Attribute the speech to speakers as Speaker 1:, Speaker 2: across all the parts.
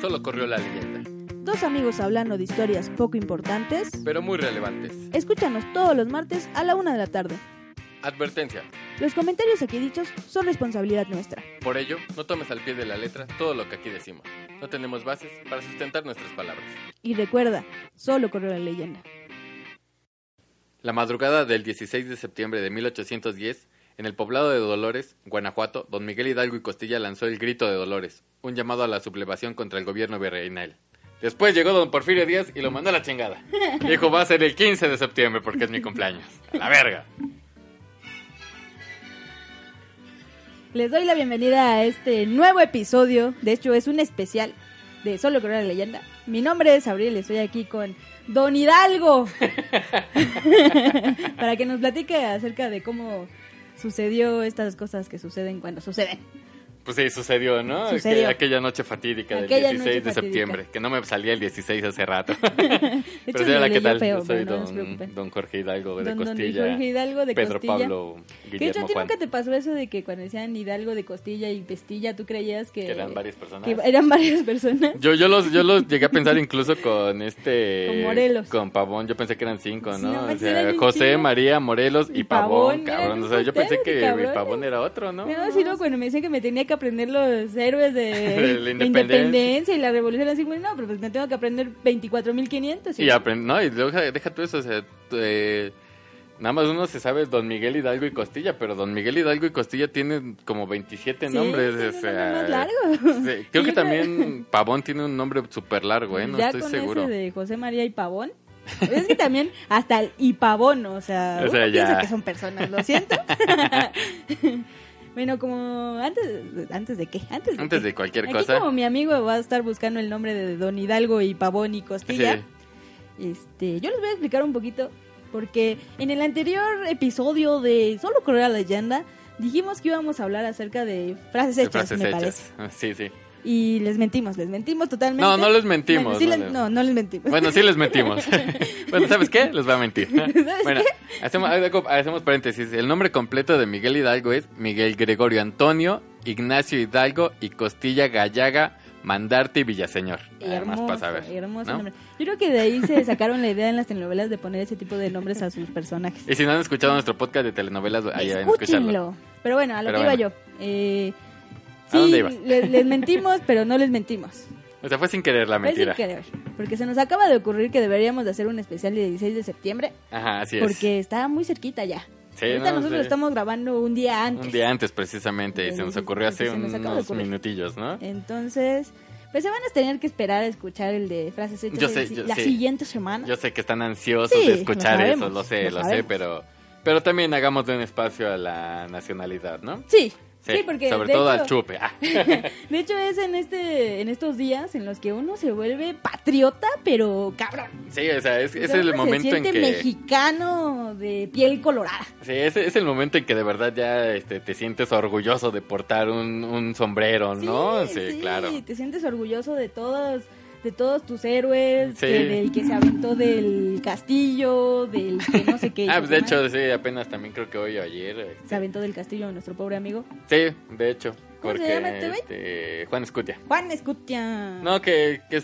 Speaker 1: solo corrió la leyenda,
Speaker 2: Dos amigos hablando de historias poco importantes.
Speaker 1: pero muy relevantes.
Speaker 2: Escúchanos todos los martes a la una de la tarde.
Speaker 1: Advertencia.
Speaker 2: Los comentarios aquí dichos son responsabilidad nuestra.
Speaker 1: Por ello, no tomes al pie de la letra todo lo que aquí decimos. No tenemos bases para sustentar nuestras palabras.
Speaker 2: Y recuerda, solo corrió la leyenda.
Speaker 1: La madrugada del 16 de septiembre de 1810, en el poblado de Dolores, Guanajuato, don Miguel Hidalgo y Costilla lanzó el Grito de Dolores, un llamado a la sublevación contra el gobierno virreinal. Después llegó don Porfirio Díaz y lo mandó a la chingada. Dijo, va a ser el 15 de septiembre porque es mi cumpleaños. ¡A la verga!
Speaker 2: Les doy la bienvenida a este nuevo episodio. De hecho, es un especial de Solo Correr la Leyenda. Mi nombre es Abril y estoy aquí con Don Hidalgo. Para que nos platique acerca de cómo sucedió estas cosas que suceden cuando suceden.
Speaker 1: Pues sí, sucedió, ¿no?
Speaker 2: Sucedió.
Speaker 1: Aquella, aquella noche fatídica del
Speaker 2: Aquella
Speaker 1: 16
Speaker 2: noche
Speaker 1: de
Speaker 2: fatídica.
Speaker 1: septiembre, que no me salía el 16 hace rato.
Speaker 2: De
Speaker 1: Pero
Speaker 2: hecho,
Speaker 1: sí,
Speaker 2: lo
Speaker 1: hola, ¿qué
Speaker 2: leí yo
Speaker 1: tal?
Speaker 2: feo,
Speaker 1: Yo soy
Speaker 2: pero no se
Speaker 1: don,
Speaker 2: preocupen.
Speaker 1: don Jorge Hidalgo de
Speaker 2: Don- don
Speaker 1: Costilla.
Speaker 2: Jorge Hidalgo de
Speaker 1: Pedro
Speaker 2: Costilla.
Speaker 1: Pablo Guillermo
Speaker 2: Que de hecho, ¿a ti
Speaker 1: Juan.
Speaker 2: nunca te pasó eso de que cuando decían Hidalgo de Costilla y Pestilla, tú creías que...
Speaker 1: Que eran varias personas.
Speaker 2: que eran varias personas.
Speaker 1: Yo, yo, los, yo los llegué a pensar incluso con este...
Speaker 2: Con Morelos.
Speaker 1: Con Pavón, yo pensé que eran cinco, ¿no?
Speaker 2: Sí, no
Speaker 1: o
Speaker 2: manches,
Speaker 1: sea,
Speaker 2: eran un
Speaker 1: José,
Speaker 2: chingo.
Speaker 1: María, Morelos y
Speaker 2: Y
Speaker 1: Pavón,
Speaker 2: Pavón,
Speaker 1: cabrón.
Speaker 2: eran
Speaker 1: O sea, yo pensé
Speaker 2: un
Speaker 1: que
Speaker 2: putero de
Speaker 1: el Pavón
Speaker 2: cabrones.
Speaker 1: era otro, ¿no?
Speaker 2: No, sí, luego cuando me decían que me tenía que aprender los héroes de,
Speaker 1: De la
Speaker 2: la
Speaker 1: independencia.
Speaker 2: independencia y la revolución, así, bueno, no, pero pues me tengo que aprender 24.500.
Speaker 1: Y aprend- no, y luego deja, deja tú eso, o sea, t- eh, nada más uno se sabe Don Miguel Hidalgo y Costilla, pero Don Miguel Hidalgo y Costilla tienen como 27
Speaker 2: Sí,
Speaker 1: nombres,
Speaker 2: tiene
Speaker 1: o
Speaker 2: un
Speaker 1: sea,
Speaker 2: nombre más largo.
Speaker 1: sí,
Speaker 2: Y
Speaker 1: creo que
Speaker 2: yo creo-
Speaker 1: también Pavón tiene un nombre súper largo, ¿eh? No
Speaker 2: ya
Speaker 1: estoy
Speaker 2: con
Speaker 1: seguro.
Speaker 2: ese de José María y Pavón. Es que también hasta el y Pavón, o sea,
Speaker 1: O sea,
Speaker 2: uno piensa
Speaker 1: ya.
Speaker 2: que son personas, lo siento. bueno, como antes, antes de qué, antes de,
Speaker 1: Antes
Speaker 2: qué.
Speaker 1: de cualquier
Speaker 2: Aquí
Speaker 1: cosa.
Speaker 2: como mi amigo va a estar buscando el nombre de Don Hidalgo y Pavón y Costilla.
Speaker 1: Sí.
Speaker 2: Este, yo les voy a explicar un poquito porque en el anterior episodio de Solo Correa la Leyenda dijimos que íbamos a hablar acerca de frases
Speaker 1: de
Speaker 2: hechas,
Speaker 1: frases
Speaker 2: me
Speaker 1: hechas.
Speaker 2: parece.
Speaker 1: Sí, sí.
Speaker 2: Y les mentimos, les mentimos totalmente.
Speaker 1: No, no les mentimos,
Speaker 2: Bueno, sí
Speaker 1: no
Speaker 2: les-
Speaker 1: les-
Speaker 2: no, no les mentimos.
Speaker 1: Bueno, sí les mentimos. bueno, ¿sabes qué? Les voy a mentir.
Speaker 2: ¿Sabes
Speaker 1: bueno, hacemos, hacemos paréntesis. El nombre completo de Miguel Hidalgo es Miguel Gregorio Antonio, Ignacio Hidalgo y Costilla Gallaga, Mandarte y Villaseñor. Nada más
Speaker 2: Hermoso,
Speaker 1: para saber,
Speaker 2: hermoso
Speaker 1: ¿no?
Speaker 2: nombre. Yo creo que de ahí se sacaron la idea en las telenovelas de poner ese tipo de nombres a sus personajes.
Speaker 1: Y si no han escuchado nuestro podcast de telenovelas, ahí vayan a escucharlo.
Speaker 2: Escúchenlo. Pero bueno, a lo
Speaker 1: Pero
Speaker 2: que
Speaker 1: bueno.
Speaker 2: iba yo. Eh,
Speaker 1: ¿A
Speaker 2: sí,
Speaker 1: dónde ibas?
Speaker 2: Les, les mentimos, pero no les mentimos.
Speaker 1: O sea, fue sin querer la
Speaker 2: Fue sin
Speaker 1: mentira.
Speaker 2: querer, porque se nos acaba de ocurrir que deberíamos de hacer un especial el 16 de septiembre,
Speaker 1: Ajá, así es.
Speaker 2: porque está muy cerquita ya.
Speaker 1: Sí, no,
Speaker 2: Ahorita nosotros
Speaker 1: sí.
Speaker 2: lo estamos grabando un día antes.
Speaker 1: Un día antes, precisamente, y se nos ocurrió hace
Speaker 2: Entonces, se nos acaba de
Speaker 1: unos
Speaker 2: ocurrir.
Speaker 1: minutillos, ¿no?
Speaker 2: Entonces, pues se van a tener que esperar a escuchar el de frases hechas
Speaker 1: Yo sé,
Speaker 2: el si-
Speaker 1: yo
Speaker 2: la
Speaker 1: sé.
Speaker 2: siguiente semana.
Speaker 1: Yo sé que están ansiosos
Speaker 2: Sí,
Speaker 1: de escuchar
Speaker 2: lo
Speaker 1: eso,
Speaker 2: sabemos,
Speaker 1: lo sé,
Speaker 2: lo
Speaker 1: lo, sé,
Speaker 2: sabemos.
Speaker 1: pero, pero también hagamos de un espacio a la nacionalidad, ¿no?
Speaker 2: Sí, sí, porque
Speaker 1: sobre
Speaker 2: de
Speaker 1: todo
Speaker 2: hecho-
Speaker 1: al chupe. Ah,
Speaker 2: De hecho, es en este, en estos días en los que uno se vuelve patriota, pero cabrón.
Speaker 1: sí, o sea, es,
Speaker 2: O
Speaker 1: Pues es
Speaker 2: sea,
Speaker 1: el
Speaker 2: uno
Speaker 1: momento
Speaker 2: Pues se
Speaker 1: en
Speaker 2: siente
Speaker 1: que
Speaker 2: mexicano de piel colorada.
Speaker 1: sí, es, es el momento en que de verdad ya este, te sientes orgulloso de portar un, un sombrero, ¿no? Sí, claro.
Speaker 2: Te sientes orgulloso de todos, de todos tus héroes,
Speaker 1: Sí.
Speaker 2: de- del que se aventó del castillo, del que no sé qué.
Speaker 1: Ah, pues de hecho, sí, apenas también creo que hoy o ayer. eh,
Speaker 2: se aventó del castillo nuestro pobre amigo
Speaker 1: Sí, de hecho.
Speaker 2: ¿Cómo se
Speaker 1: porque,
Speaker 2: llama este güey?
Speaker 1: este, Juan Escutia.
Speaker 2: Juan Escutia.
Speaker 1: No, que, que
Speaker 2: Que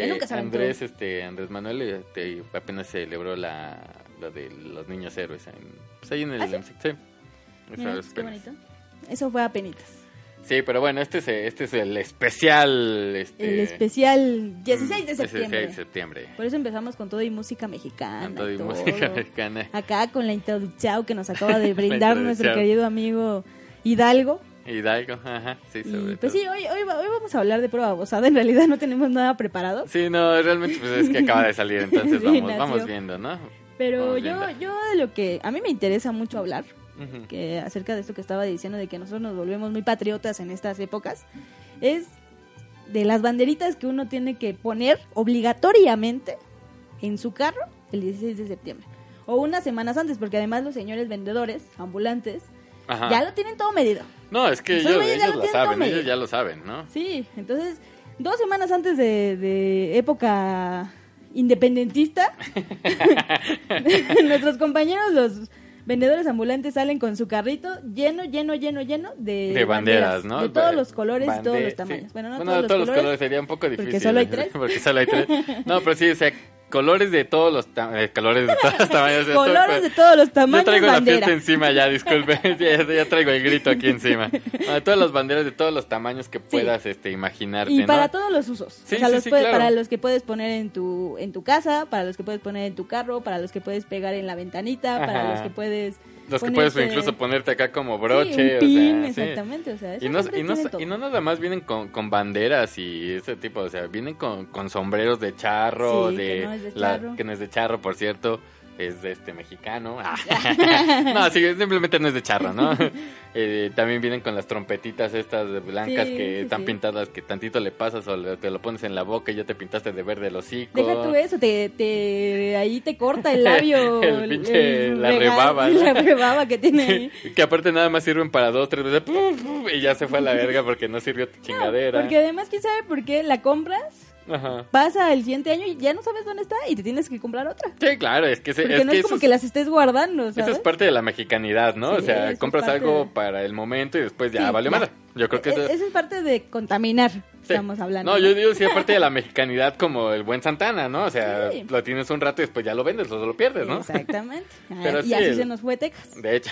Speaker 1: este
Speaker 2: nunca se aventó.
Speaker 1: Andrés, este Andrés Manuel este, apenas celebró la, la de los niños héroes en, pues ahí en el
Speaker 2: ¿Ah, sí?
Speaker 1: sí. Eso
Speaker 2: Mira,
Speaker 1: es
Speaker 2: qué
Speaker 1: apenas.
Speaker 2: bonito. Eso fue a penitas.
Speaker 1: Sí, pero bueno, este es este es el especial este,
Speaker 2: El especial 16 de
Speaker 1: 16
Speaker 2: septiembre.
Speaker 1: de septiembre.
Speaker 2: Por eso empezamos con todo y música mexicana.
Speaker 1: Tanto de
Speaker 2: y todo.
Speaker 1: música mexicana.
Speaker 2: Acá con la introducción que nos acaba de brindar
Speaker 1: La
Speaker 2: nuestro
Speaker 1: introducción.
Speaker 2: querido amigo Hidalgo.
Speaker 1: Hidalgo, ajá, sí, sobre
Speaker 2: Y, pues
Speaker 1: todo.
Speaker 2: sí, hoy, hoy, va- hoy vamos a hablar de prueba bozada. En realidad no tenemos nada preparado.
Speaker 1: Sí, no, realmente pues es que acaba de salir, entonces
Speaker 2: Sí,
Speaker 1: vamos,
Speaker 2: nació.
Speaker 1: vamos viendo, ¿no?
Speaker 2: Pero
Speaker 1: Vamos
Speaker 2: yo,
Speaker 1: viendo.
Speaker 2: yo de lo que a mí me interesa mucho hablar,
Speaker 1: Ujú.
Speaker 2: que acerca de esto que estaba diciendo, de que nosotros nos volvemos muy patriotas en estas épocas, es de las banderitas que uno tiene que poner obligatoriamente en su carro el 16 de septiembre. O unas semanas antes, porque además los señores vendedores, ambulantes,
Speaker 1: Ajá.
Speaker 2: ya lo tienen todo medido.
Speaker 1: No, es que
Speaker 2: Esos
Speaker 1: ellos,
Speaker 2: güeyes ya
Speaker 1: ellos
Speaker 2: lo
Speaker 1: lo
Speaker 2: tienen todo
Speaker 1: saben, ellos
Speaker 2: medido.
Speaker 1: ya lo saben, ¿no?
Speaker 2: Sí, entonces, dos semanas antes de, de época independentista, nuestros compañeros, los vendedores ambulantes salen con su carrito lleno, lleno, lleno, lleno de,
Speaker 1: De banderas, ¿no?
Speaker 2: De todos los colores y
Speaker 1: Bande-
Speaker 2: todos los
Speaker 1: sí.
Speaker 2: tamaños. Bueno, no
Speaker 1: Bueno,
Speaker 2: todos,
Speaker 1: de todos
Speaker 2: los
Speaker 1: los
Speaker 2: colores.
Speaker 1: sería un poco difícil.
Speaker 2: solo hay tres.
Speaker 1: porque solo hay tres. No, pero sí, o sea, colores de todos los tamaños. colores de todos los tamaños. esto-
Speaker 2: colores de todos los tamaños,
Speaker 1: Yo traigo la
Speaker 2: bandera.
Speaker 1: fiesta encima ya, disculpe. ya, ya traigo el grito aquí encima. No, de todas las banderas de todos los tamaños que puedas este, imaginarte,
Speaker 2: Y
Speaker 1: ¿no?
Speaker 2: para todos los usos.
Speaker 1: Sí,
Speaker 2: o sea,
Speaker 1: sí,
Speaker 2: los
Speaker 1: sí,
Speaker 2: puede-
Speaker 1: claro.
Speaker 2: para los que puedes poner en tu, en tu casa, para los que puedes poner en tu carro, para los que puedes pegar en la ventanita, para
Speaker 1: Ajá.
Speaker 2: los que puedes.
Speaker 1: Los que puedes
Speaker 2: ponerte-
Speaker 1: incluso ponerte acá como
Speaker 2: Sí,
Speaker 1: broche.
Speaker 2: un pin,
Speaker 1: o sea, sí.
Speaker 2: exactamente. O sea,
Speaker 1: Y
Speaker 2: eso
Speaker 1: no,
Speaker 2: siempre
Speaker 1: y, no,
Speaker 2: tienen todo.
Speaker 1: y no nada más vienen con, con banderas y ese tipo, o sea, vienen con, con sombreros de charro,
Speaker 2: Sí,
Speaker 1: de,
Speaker 2: que no es de
Speaker 1: la-
Speaker 2: charro.
Speaker 1: que no es de charro, por cierto, es de este mexicano. Ah. no, sí, simplemente no es de charro, ¿no? Eh, también vienen con las trompetitas estas de blancas
Speaker 2: Sí,
Speaker 1: que
Speaker 2: sí,
Speaker 1: están
Speaker 2: sí.
Speaker 1: pintadas que tantito le pasas o le- te lo pones en la boca y ya te pintaste de verde el hocico.
Speaker 2: Deja tú eso, te, te, ahí te corta el labio.
Speaker 1: El pinche- la rebaba,
Speaker 2: sí,
Speaker 1: ¿no?
Speaker 2: La rebaba que tiene ahí.
Speaker 1: que aparte nada más sirven para dos, tres veces pum, pum, y ya se fue a la verga porque no sirvió tu chingadera.
Speaker 2: Porque además, quién sabe por qué la compras,
Speaker 1: Ajá.
Speaker 2: pasa el siguiente año y ya no sabes dónde está y te tienes que comprar otra.
Speaker 1: Sí, claro, es que, se-
Speaker 2: Porque
Speaker 1: es
Speaker 2: no es
Speaker 1: que
Speaker 2: como
Speaker 1: eso
Speaker 2: que las estés guardando,
Speaker 1: Eso
Speaker 2: ¿sabes?
Speaker 1: es parte de la mexicanidad, ¿no?
Speaker 2: Sí,
Speaker 1: o
Speaker 2: eso
Speaker 1: sea,
Speaker 2: es
Speaker 1: compras
Speaker 2: parte
Speaker 1: algo
Speaker 2: de-
Speaker 1: para el momento y después ya
Speaker 2: Sí,
Speaker 1: vale
Speaker 2: ya.
Speaker 1: madre. Yo creo que
Speaker 2: E-
Speaker 1: eso...
Speaker 2: Eso es parte de contaminar,
Speaker 1: sí.
Speaker 2: estamos hablando.
Speaker 1: No, yo digo sí, aparte de la mexicanidad como el buen Santana, ¿no? O sea,
Speaker 2: Sí.
Speaker 1: lo tienes un rato y después ya lo vendes, o lo pierdes, ¿no?
Speaker 2: Exactamente. Ah,
Speaker 1: Pero
Speaker 2: y
Speaker 1: sí,
Speaker 2: así
Speaker 1: el-
Speaker 2: se nos fue Texas.
Speaker 1: De hecho,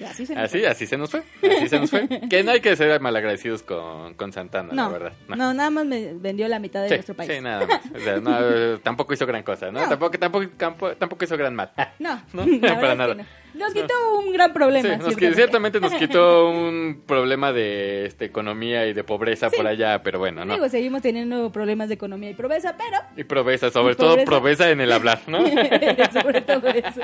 Speaker 2: Y así se nos
Speaker 1: así,
Speaker 2: fue.
Speaker 1: así se nos fue. Así se nos fue. Que no hay que ser malagradecidos con, con Santana, la
Speaker 2: No,
Speaker 1: verdad.
Speaker 2: no. nada más me vendió la mitad de
Speaker 1: Sí,
Speaker 2: nuestro país.
Speaker 1: sí, nada más. O sea, no, tampoco hizo gran cosa, ¿no?
Speaker 2: No.
Speaker 1: Tampoco, tampoco, tampoco, tampoco hizo gran mal.
Speaker 2: No,
Speaker 1: No,
Speaker 2: la
Speaker 1: para
Speaker 2: verdad es
Speaker 1: nada.
Speaker 2: que no. Nos quitó un gran
Speaker 1: Sí,
Speaker 2: problema.
Speaker 1: nos qui-
Speaker 2: ciertamente.
Speaker 1: ciertamente nos quitó un problema de este, economía y de pobreza
Speaker 2: Sí.
Speaker 1: por allá, pero bueno, ¿no?
Speaker 2: Digo, seguimos teniendo problemas de economía y pobreza, pero
Speaker 1: Y proveza, sobre
Speaker 2: Y
Speaker 1: todo
Speaker 2: pobreza.
Speaker 1: proveza en el hablar, ¿no?
Speaker 2: sobre todo eso.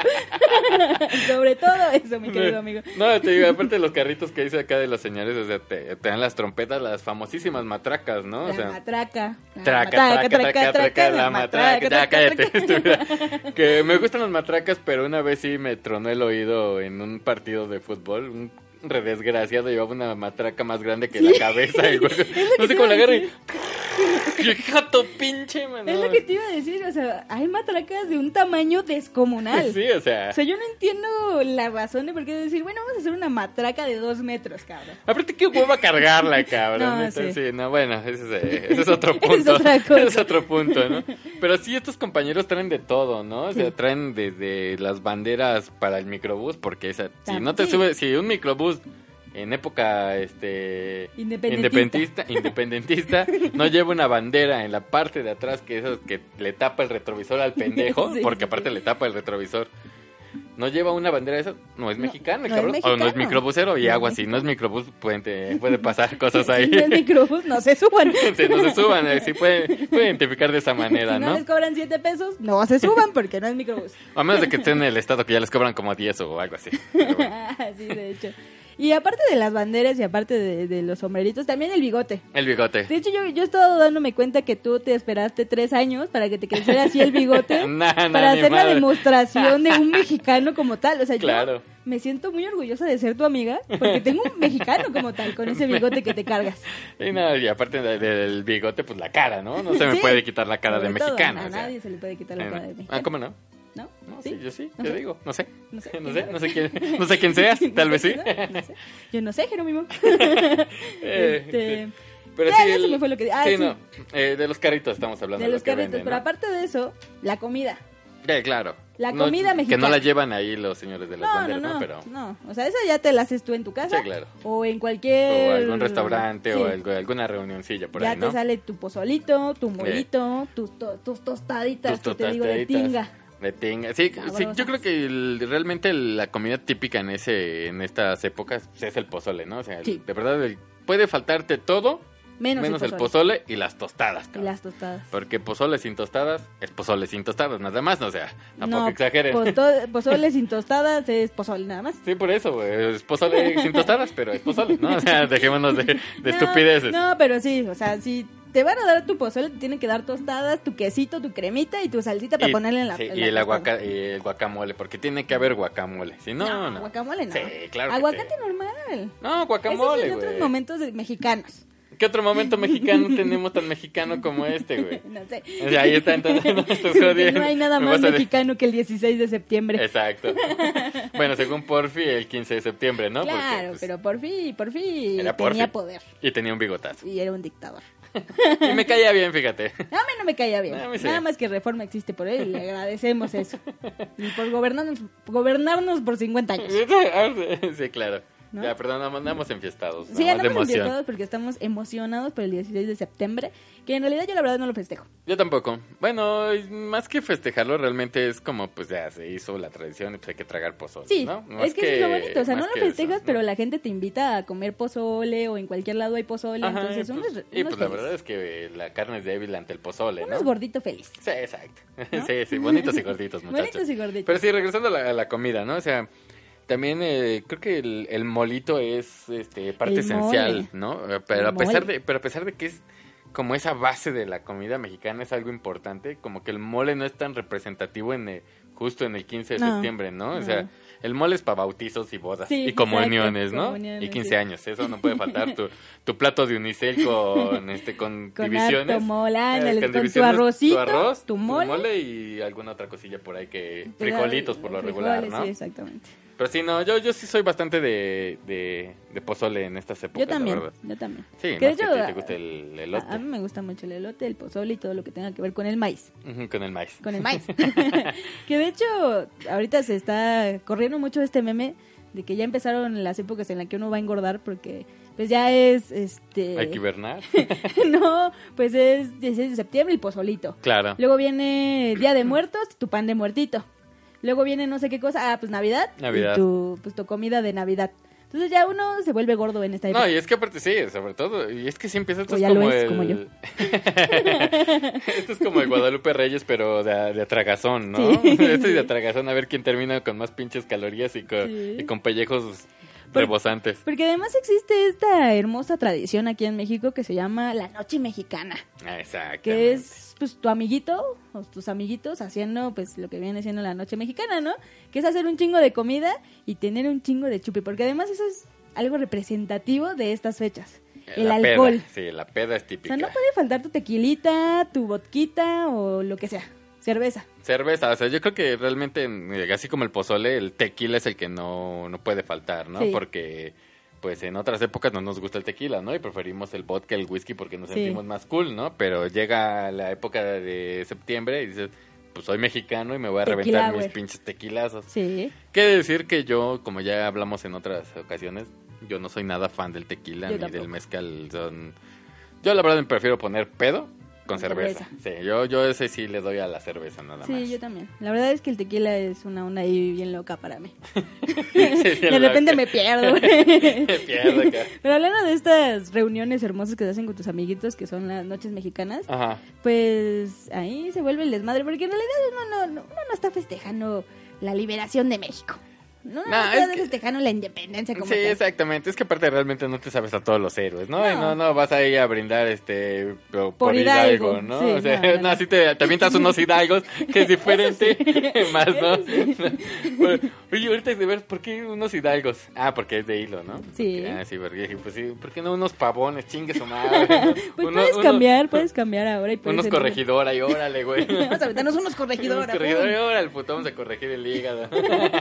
Speaker 2: sobre todo eso, mi querido amigo.
Speaker 1: No, te digo, aparte de los carritos que dice acá de los señores, o sea, te, te dan las trompetas, las famosísimas matracas, ¿no? O
Speaker 2: la
Speaker 1: sea,
Speaker 2: matraca. La
Speaker 1: traca, traca, traca, traca, la matraca, ya cállate, estúpida. Que me gustan las matracas, pero una vez sí me tronó el oído en un partido de fútbol, un redesgraciado llevaba una matraca más grande que la cabeza. y güey, no
Speaker 2: te
Speaker 1: sé cómo
Speaker 2: iba
Speaker 1: la
Speaker 2: a
Speaker 1: agarra y... ¡Hija tu pinche, mano!
Speaker 2: Es lo que te iba a decir, o sea, hay matracas de un tamaño descomunal.
Speaker 1: Sí, o sea...
Speaker 2: O sea, yo no entiendo la razón de por qué decir, bueno, vamos a hacer una matraca de dos metros, cabrón.
Speaker 1: Aparte, qué hueva cargarla, cabrón.
Speaker 2: No,
Speaker 1: Entonces,
Speaker 2: sí.
Speaker 1: sí, no, bueno, ese es, eh, ese es otro
Speaker 2: Es
Speaker 1: punto.
Speaker 2: otra cosa.
Speaker 1: Es otro punto, ¿no? Pero sí, estos compañeros traen de todo, ¿no? O sea, traen desde las banderas para el microbús, porque esa, si
Speaker 2: Tam-
Speaker 1: no te
Speaker 2: Ah, sí.
Speaker 1: sube, si un microbús en época, este...
Speaker 2: Independentista.
Speaker 1: Independentista, independentista, no lleva una bandera en la parte de atrás que esas que le tapa el retrovisor al pendejo,
Speaker 2: Sí,
Speaker 1: porque
Speaker 2: sí,
Speaker 1: aparte
Speaker 2: sí.
Speaker 1: le tapa el retrovisor. No lleva una bandera de esas, no es
Speaker 2: No,
Speaker 1: mexicano,
Speaker 2: no es
Speaker 1: cabrón. O no es
Speaker 2: mexicano.
Speaker 1: microbusero y
Speaker 2: No es
Speaker 1: agua, si no es microbús, pueden te- puede pasar cosas ahí.
Speaker 2: Si no es microbús, no se suban.
Speaker 1: Sí, no se suban, eh, sí pueden, pueden identificar de esa manera,
Speaker 2: si no,
Speaker 1: ¿no?
Speaker 2: les cobran siete pesos, no se suban porque no es microbús.
Speaker 1: A menos de que estén en el estado que ya les cobran como 10 o algo así. Pero bueno.
Speaker 2: sí, de hecho. Y aparte de las banderas y aparte de, de los sombreritos, también el bigote.
Speaker 1: El bigote.
Speaker 2: De hecho, yo, yo he estado dándome cuenta que tú te esperaste tres años para que te creciera así el bigote.
Speaker 1: Nah, nah,
Speaker 2: para
Speaker 1: ni
Speaker 2: hacer la
Speaker 1: madre.
Speaker 2: demostración de un mexicano como tal. O sea,
Speaker 1: Claro.
Speaker 2: yo me siento muy orgullosa de ser tu amiga porque tengo un mexicano como tal con ese bigote que te cargas.
Speaker 1: Y, no, y aparte de- del bigote, pues la cara, ¿no? No se me
Speaker 2: Sí.
Speaker 1: puede quitar la cara de
Speaker 2: Sobre todo,
Speaker 1: mexicano.
Speaker 2: A
Speaker 1: o sea.
Speaker 2: nadie se le puede quitar
Speaker 1: Eh,
Speaker 2: la cara de
Speaker 1: Ah,
Speaker 2: mexicano.
Speaker 1: ¿cómo no?
Speaker 2: ¿No?
Speaker 1: No,
Speaker 2: ¿Sí?
Speaker 1: sí, yo sí,
Speaker 2: No
Speaker 1: yo
Speaker 2: sé.
Speaker 1: digo, no sé.
Speaker 2: No sé,
Speaker 1: no
Speaker 2: quién
Speaker 1: sé,
Speaker 2: sabe.
Speaker 1: no sé quién, no sé quién seas, tal vez sí.
Speaker 2: No sé, no sé. Yo no sé, Jerónimo.
Speaker 1: Eh,
Speaker 2: Este,
Speaker 1: sí. Pero
Speaker 2: ya,
Speaker 1: sí,
Speaker 2: ya se
Speaker 1: el-
Speaker 2: me fue lo que- ah,
Speaker 1: sí,
Speaker 2: sí.
Speaker 1: no, eh, de los carritos estamos hablando.
Speaker 2: de los
Speaker 1: que
Speaker 2: carritos.
Speaker 1: venden,
Speaker 2: Pero
Speaker 1: ¿no?
Speaker 2: aparte de eso, la comida.
Speaker 1: Eh, claro.
Speaker 2: La
Speaker 1: No,
Speaker 2: comida
Speaker 1: Que no
Speaker 2: mexicana.
Speaker 1: la llevan ahí los señores de las
Speaker 2: No, no,
Speaker 1: banderas, ¿no?
Speaker 2: no,
Speaker 1: Pero,
Speaker 2: no. O sea, esa ya te la haces tú en tu casa.
Speaker 1: Sí, claro.
Speaker 2: O en cualquier.
Speaker 1: O algún restaurante
Speaker 2: Sí.
Speaker 1: o algo- alguna reunioncilla por
Speaker 2: ya
Speaker 1: ahí, ¿no?
Speaker 2: te sale tu pozolito, tu molito, tus, to- tus tostaditas,
Speaker 1: Tus
Speaker 2: que te digo, de
Speaker 1: tostaditas.
Speaker 2: tinga.
Speaker 1: De tinga. Sí,
Speaker 2: Sabrosas.
Speaker 1: sí, yo creo que el- realmente la comida típica en ese en estas épocas pues, es el pozole, ¿no? O sea, el-
Speaker 2: Sí.
Speaker 1: de verdad el- puede faltarte todo menos,
Speaker 2: Menos,
Speaker 1: el, pozole. y las tostadas,
Speaker 2: Y
Speaker 1: cabrón.
Speaker 2: las tostadas.
Speaker 1: Porque pozole sin tostadas es pozole sin tostadas, nada más, no o sea, tampoco
Speaker 2: No,
Speaker 1: exageren.
Speaker 2: posto- pozole sin tostadas es pozole nada más.
Speaker 1: Sí, por eso, güey, es pozole sin tostadas, pero es pozole, ¿no? O sea, dejémonos de, de
Speaker 2: No,
Speaker 1: estupideces.
Speaker 2: No, pero sí, o sea, si te van a dar tu pozole, te tienen que dar tostadas, tu quesito, tu cremita y tu salsita para
Speaker 1: Y-
Speaker 2: ponerle en la.
Speaker 1: sí,
Speaker 2: en
Speaker 1: y,
Speaker 2: la
Speaker 1: el
Speaker 2: tostada.
Speaker 1: aguaca- y el guacamole, porque tiene que haber guacamole. Si no, no.
Speaker 2: guacamole no.
Speaker 1: Sí, claro que
Speaker 2: Aguacate
Speaker 1: sí.
Speaker 2: normal.
Speaker 1: No,
Speaker 2: Esos
Speaker 1: guacamole,
Speaker 2: son otros
Speaker 1: güey.
Speaker 2: momentos de- mexicanos.
Speaker 1: ¿Qué otro momento mexicano tenemos tan mexicano como este, güey?
Speaker 2: No sé.
Speaker 1: O sea, ahí está, entonces no me estás jodiendo.
Speaker 2: No hay nada
Speaker 1: Me
Speaker 2: más
Speaker 1: vas a de-
Speaker 2: mexicano que el 16 de septiembre.
Speaker 1: Exacto. Bueno, según Porfi, el 15 de septiembre, ¿no? Porque,
Speaker 2: claro,
Speaker 1: pues,
Speaker 2: pero por fin, por fin
Speaker 1: Era por
Speaker 2: tenía
Speaker 1: fin.
Speaker 2: poder
Speaker 1: Y tenía un bigotazo.
Speaker 2: y era un dictador.
Speaker 1: Y me caía bien, fíjate.
Speaker 2: A mí no me caía bien.
Speaker 1: A mí sí.
Speaker 2: Nada más que Reforma existe por él y le agradecemos eso. Y por gobernarnos, gobernarnos por 50 años.
Speaker 1: Sí, claro.
Speaker 2: ¿No?
Speaker 1: Ya, perdón, andamos enfiestados.
Speaker 2: Sí,
Speaker 1: nada más de
Speaker 2: andamos
Speaker 1: emoción.
Speaker 2: emocionados porque estamos emocionados por el 16 de septiembre, que en realidad yo la verdad no lo festejo.
Speaker 1: Yo tampoco. Bueno, más que festejarlo, realmente es como, pues ya se hizo la tradición y pues hay que tragar pozos.
Speaker 2: Sí,
Speaker 1: ¿no? Más
Speaker 2: es que, eso es lo bonito. O sea,
Speaker 1: más
Speaker 2: no lo
Speaker 1: que eso,
Speaker 2: festejas,
Speaker 1: ¿no?
Speaker 2: pero la gente te invita a comer pozole o en cualquier lado hay pozole.
Speaker 1: Ajá,
Speaker 2: entonces
Speaker 1: y
Speaker 2: uno
Speaker 1: pues,
Speaker 2: es, uno
Speaker 1: y
Speaker 2: es
Speaker 1: pues la
Speaker 2: feliz.
Speaker 1: verdad es que la carne es débil ante el pozole,
Speaker 2: Uno es
Speaker 1: ¿no?
Speaker 2: gordito feliz.
Speaker 1: Sí, exacto. Sí, sí, bonitos y gorditos, muchachos.
Speaker 2: Bonitos y gorditos.
Speaker 1: Pero sí, regresando a la, a la comida, ¿no? O sea, también eh, creo que el, el molito es este, parte
Speaker 2: El
Speaker 1: esencial,
Speaker 2: mole.
Speaker 1: ¿no? Eh, Pero
Speaker 2: El
Speaker 1: a pesar
Speaker 2: mole.
Speaker 1: de, pero a pesar de que es como esa base de la comida mexicana es algo importante, como que el mole no es tan representativo en eh, justo en el 15 de
Speaker 2: No,
Speaker 1: septiembre, ¿no? O
Speaker 2: no.
Speaker 1: sea, el mole es para bautizos y bodas
Speaker 2: Sí,
Speaker 1: y comuniones,
Speaker 2: exacto,
Speaker 1: ¿no?
Speaker 2: comuniones,
Speaker 1: y 15
Speaker 2: sí.
Speaker 1: años, eso no puede faltar tu, tu plato de unicel con este con,
Speaker 2: Con
Speaker 1: divisiones.
Speaker 2: harto mole,
Speaker 1: eh,
Speaker 2: ándale, con tu
Speaker 1: divisiones,
Speaker 2: arrocito,
Speaker 1: tu, arroz,
Speaker 2: tu mole.
Speaker 1: y alguna otra cosilla por ahí que
Speaker 2: Te da
Speaker 1: frijolitos por lo regular,
Speaker 2: frijoles,
Speaker 1: ¿no?
Speaker 2: Sí, exactamente.
Speaker 1: Pero sí, no, yo, yo sí soy bastante de, de, de pozole en estas épocas,
Speaker 2: Yo
Speaker 1: la
Speaker 2: también, Ah,
Speaker 1: verdad.
Speaker 2: yo también.
Speaker 1: Sí, más
Speaker 2: Que de
Speaker 1: que
Speaker 2: hecho,
Speaker 1: a ti te gusta el elote
Speaker 2: A, a mí me gusta mucho el elote, el pozole y todo lo que tenga que ver con el maíz.
Speaker 1: Ujú, con el maíz.
Speaker 2: Con el maíz. que de hecho, ahorita se está corriendo mucho este meme de que ya empezaron las épocas en las que uno va a engordar porque pues ya es este
Speaker 1: Hay que hibernar.
Speaker 2: no, pues es 16 de septiembre y pozolito.
Speaker 1: claro.
Speaker 2: Luego viene Día de Muertos, tu pan de muertito. Luego viene no sé qué cosa, ah, pues Navidad,
Speaker 1: Navidad.
Speaker 2: y tu pues tu comida de Navidad. Entonces ya uno se vuelve gordo en esta época.
Speaker 1: No, y es que aparte sí, sobre todo, y es que sí empieza esto
Speaker 2: O
Speaker 1: es
Speaker 2: Pues ya lo
Speaker 1: como
Speaker 2: es,
Speaker 1: el...
Speaker 2: como yo.
Speaker 1: esto es como el Guadalupe Reyes, pero de, de atragazón, ¿no?
Speaker 2: Sí.
Speaker 1: esto es de atragazón, a ver quién termina con más pinches calorías y con,
Speaker 2: Sí.
Speaker 1: y con pellejos
Speaker 2: Por-
Speaker 1: rebosantes.
Speaker 2: Porque además existe esta hermosa tradición aquí en México que se llama la noche mexicana,
Speaker 1: Ah, Exactamente.
Speaker 2: que es pues tu amiguito o tus amiguitos haciendo pues lo que viene siendo la noche mexicana, ¿no? Que es hacer un chingo de comida y tener un chingo de chupe, porque además eso es algo representativo de estas fechas, el
Speaker 1: Eh, La peda,
Speaker 2: alcohol.
Speaker 1: sí, la peda es
Speaker 2: O
Speaker 1: típica.
Speaker 2: sea, no puede faltar tu tequilita, tu vodquita o lo que sea, cerveza.
Speaker 1: Cerveza, o sea, yo creo que realmente, eh, así como el pozole, el tequila es el que no, no puede faltar, ¿no?
Speaker 2: Sí.
Speaker 1: Porque, pues en otras épocas no nos gusta el tequila, ¿no? Y preferimos el vodka, el whisky, porque nos
Speaker 2: Sí.
Speaker 1: sentimos más cool, ¿no? Pero llega la época de septiembre y dices, pues soy mexicano y me voy a
Speaker 2: Tequila
Speaker 1: reventar
Speaker 2: hour.
Speaker 1: mis pinches tequilazos.
Speaker 2: Sí.
Speaker 1: Qué decir que yo, como ya hablamos en otras ocasiones, yo no soy nada fan del tequila
Speaker 2: Yo
Speaker 1: ni
Speaker 2: tampoco.
Speaker 1: del mezcal. son- Yo la verdad me prefiero poner pedo con
Speaker 2: Con
Speaker 1: cerveza. Sí, yo, yo ese sí le doy a la cerveza nada
Speaker 2: Sí,
Speaker 1: más.
Speaker 2: yo también. La verdad es que el tequila es una onda ahí bien loca para mí.
Speaker 1: Sí, sí,
Speaker 2: De
Speaker 1: la-
Speaker 2: repente me pierdo. güey.
Speaker 1: Me pierdo acá.
Speaker 2: Pero hablando de estas reuniones hermosas que se hacen con tus amiguitos, que son las noches mexicanas,
Speaker 1: Ajá.
Speaker 2: pues ahí se vuelve el desmadre, porque en realidad uno no, no- uno no está festejando la liberación de México. No, no,
Speaker 1: No,
Speaker 2: está
Speaker 1: es que-
Speaker 2: festejando la independencia como
Speaker 1: Sí,
Speaker 2: tal.
Speaker 1: exactamente. Es que aparte realmente no te sabes a todos los héroes, ¿no?
Speaker 2: No.
Speaker 1: Y No, no, vas a ir a brindar este por, por
Speaker 2: Hidalgo,
Speaker 1: Hidalgo, ¿no?
Speaker 2: sí,
Speaker 1: o sea,
Speaker 2: no, no,
Speaker 1: no,
Speaker 2: no.
Speaker 1: así te, te avientas unos Hidalgos que es diferente más, ¿no? Bueno, oye, ahorita de ver, ¿por qué unos Hidalgos? Ah, porque es de hilo, ¿no?
Speaker 2: Sí.
Speaker 1: Ah, sí, porque dije, pues sí, ¿por qué no unos pavones? Chingue su madre. ¿no?
Speaker 2: Pues
Speaker 1: Uno-
Speaker 2: puedes
Speaker 1: uno-
Speaker 2: cambiar, puedes cambiar ahora y puedes
Speaker 1: Unos
Speaker 2: entrar.
Speaker 1: corregidora y órale, güey.
Speaker 2: Vamos a aventarnos unos corregidores.
Speaker 1: Unos corregidores, ahora el puto vamos a corregir el hígado.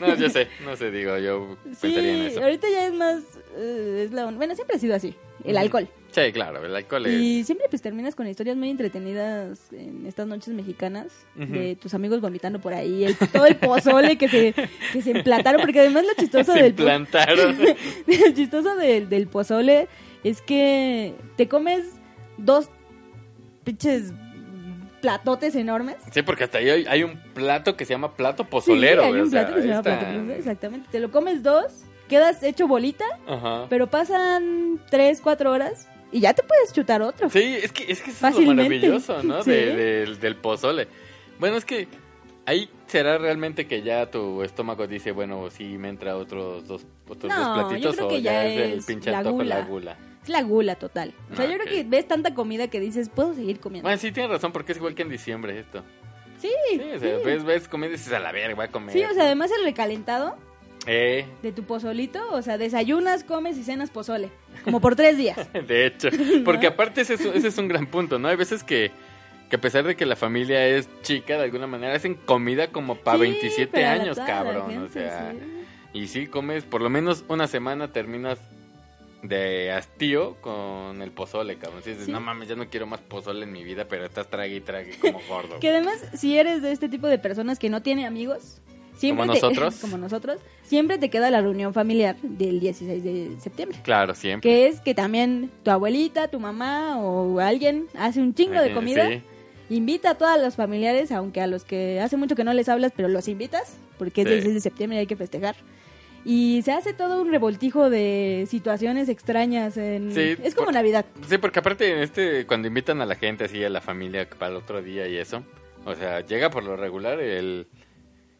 Speaker 1: no, yo sé, no sé, digo, yo
Speaker 2: Sí,
Speaker 1: pensaría Pues en eso.
Speaker 2: ahorita ya es más. eh, es la on- Bueno, siempre ha sido así, el
Speaker 1: Ujú.
Speaker 2: alcohol.
Speaker 1: Sí, claro, el alcohol es...
Speaker 2: Y siempre pues terminas con historias muy entretenidas en estas noches mexicanas
Speaker 1: Ujú.
Speaker 2: de tus amigos vomitando por ahí, el, todo el pozole que se, que se emplataron, porque además lo chistoso
Speaker 1: Se
Speaker 2: del po-
Speaker 1: implantaron.
Speaker 2: lo chistoso del, del pozole es que te comes dos pinches platotes enormes.
Speaker 1: Sí, porque hasta ahí hay, hay un plato que se llama plato
Speaker 2: Sí,
Speaker 1: pozolero.
Speaker 2: hay
Speaker 1: güey,
Speaker 2: un
Speaker 1: o sea,
Speaker 2: plato que se llama
Speaker 1: ahí
Speaker 2: plato pozole,
Speaker 1: está.
Speaker 2: exactamente. Te lo comes dos, quedas hecho bolita,
Speaker 1: Ajá.
Speaker 2: pero pasan tres, cuatro horas y ya te puedes chutar otro.
Speaker 1: Sí, es que, es que eso es lo
Speaker 2: Fácilmente.
Speaker 1: maravilloso, ¿no?
Speaker 2: Sí.
Speaker 1: De- del, del pozole. Bueno, es que ahí será realmente que ya tu estómago dice, bueno, sí me entra otros dos, otros
Speaker 2: No,
Speaker 1: dos
Speaker 2: yo
Speaker 1: platitos
Speaker 2: creo
Speaker 1: o
Speaker 2: que
Speaker 1: ya
Speaker 2: ya
Speaker 1: es el
Speaker 2: es
Speaker 1: pinche
Speaker 2: la
Speaker 1: antojo, la
Speaker 2: gula.
Speaker 1: gula.
Speaker 2: Es la gula total. O sea,
Speaker 1: Ah,
Speaker 2: yo
Speaker 1: ok.
Speaker 2: creo que ves tanta comida que dices, puedo seguir comiendo.
Speaker 1: Bueno, sí tienes razón porque es igual que en diciembre esto.
Speaker 2: sí,
Speaker 1: Sí, o sea, ves, ves comida y dices, a la verga, voy a comer.
Speaker 2: Sí, o sea, además el recalentado
Speaker 1: Eh,
Speaker 2: de tu pozolito, o sea, desayunas, comes y cenas pozole, como por tres días.
Speaker 1: de hecho, porque aparte ese es, ese es un gran punto, ¿no? Hay veces que, que a pesar de que la familia es chica, de alguna manera hacen comida como para
Speaker 2: Sí,
Speaker 1: 27
Speaker 2: para
Speaker 1: años,
Speaker 2: toda la
Speaker 1: cabrón. o
Speaker 2: gente,
Speaker 1: sea,
Speaker 2: sí.
Speaker 1: y sí comes, por lo menos una semana terminas de hastío con el pozole, cabrón. Si dices,
Speaker 2: Sí.
Speaker 1: no mames, ya no quiero más pozole en mi vida, pero estás trague y trague como gordo.
Speaker 2: Que además, si eres de este tipo de personas que no tiene amigos, siempre
Speaker 1: Como
Speaker 2: te-
Speaker 1: nosotros.
Speaker 2: como nosotros, siempre te queda la reunión familiar del 16 de septiembre.
Speaker 1: Claro, siempre.
Speaker 2: Que es que también tu abuelita, tu mamá o alguien hace un chingo de
Speaker 1: Eh,
Speaker 2: comida.
Speaker 1: sí.
Speaker 2: Invita a todos los familiares, aunque a los que hace mucho que no les hablas, pero los invitas, porque es
Speaker 1: Sí.
Speaker 2: 16 de septiembre y hay que festejar. Y se hace todo un revoltijo de situaciones extrañas. En...
Speaker 1: Sí,
Speaker 2: es como
Speaker 1: por-
Speaker 2: Navidad.
Speaker 1: Sí, porque aparte en este cuando invitan a la gente así a la familia para el otro día y eso, o sea, llega por lo regular el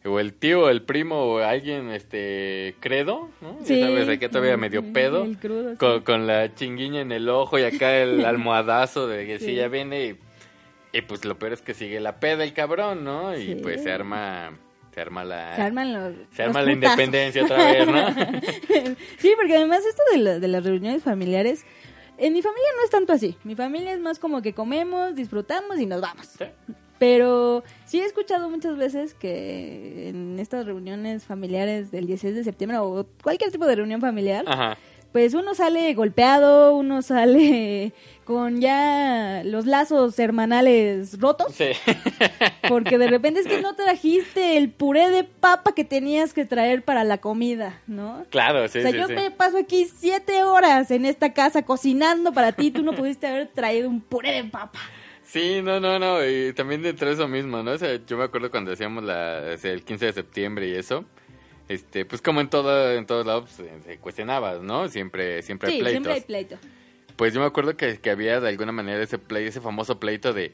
Speaker 1: o el tío, o el primo o alguien este credo, ¿no?
Speaker 2: Sí.
Speaker 1: Ya sabes, acá todavía medio
Speaker 2: Ujú,
Speaker 1: pedo.
Speaker 2: el crudo, sí.
Speaker 1: Con, con la chinguiña en el ojo y acá el almohadazo de que sí,
Speaker 2: Sí.
Speaker 1: ya viene y, y, pues lo peor es que sigue la peda el cabrón, ¿no? Y
Speaker 2: Sí.
Speaker 1: pues se arma se arma la
Speaker 2: Se arman los.
Speaker 1: Ah, se arma
Speaker 2: los
Speaker 1: la
Speaker 2: putazos.
Speaker 1: independencia otra vez, ¿no?
Speaker 2: sí, porque además esto de, la- de las reuniones familiares, en mi familia no es tanto así. Mi familia es más como que comemos, disfrutamos y nos vamos.
Speaker 1: Sí.
Speaker 2: Pero sí he escuchado muchas veces que en estas reuniones familiares del 16 de septiembre o cualquier tipo de reunión familiar,
Speaker 1: Ajá.
Speaker 2: pues uno sale golpeado, uno sale con ya los lazos hermanales rotos.
Speaker 1: Sí.
Speaker 2: Porque de repente es que no trajiste el puré de papa que tenías que traer para la comida, ¿no?
Speaker 1: Claro, sí,
Speaker 2: o sea,
Speaker 1: sí,
Speaker 2: yo
Speaker 1: sí.
Speaker 2: me paso aquí siete horas en esta casa cocinando para ti, tú no pudiste haber traído un puré de papa.
Speaker 1: Sí, no, no, no, y también dentro de eso mismo, ¿no? O sea, yo me acuerdo cuando hacíamos la, o sea, el 15 de septiembre y eso, este, pues como en todo, en todos lados pues, se, se cuestionaba, ¿no? Siempre, siempre hay
Speaker 2: sí,
Speaker 1: pleitos.
Speaker 2: siempre hay pleito.
Speaker 1: Pues yo me acuerdo que, que había de alguna manera ese play, ese famoso pleito de,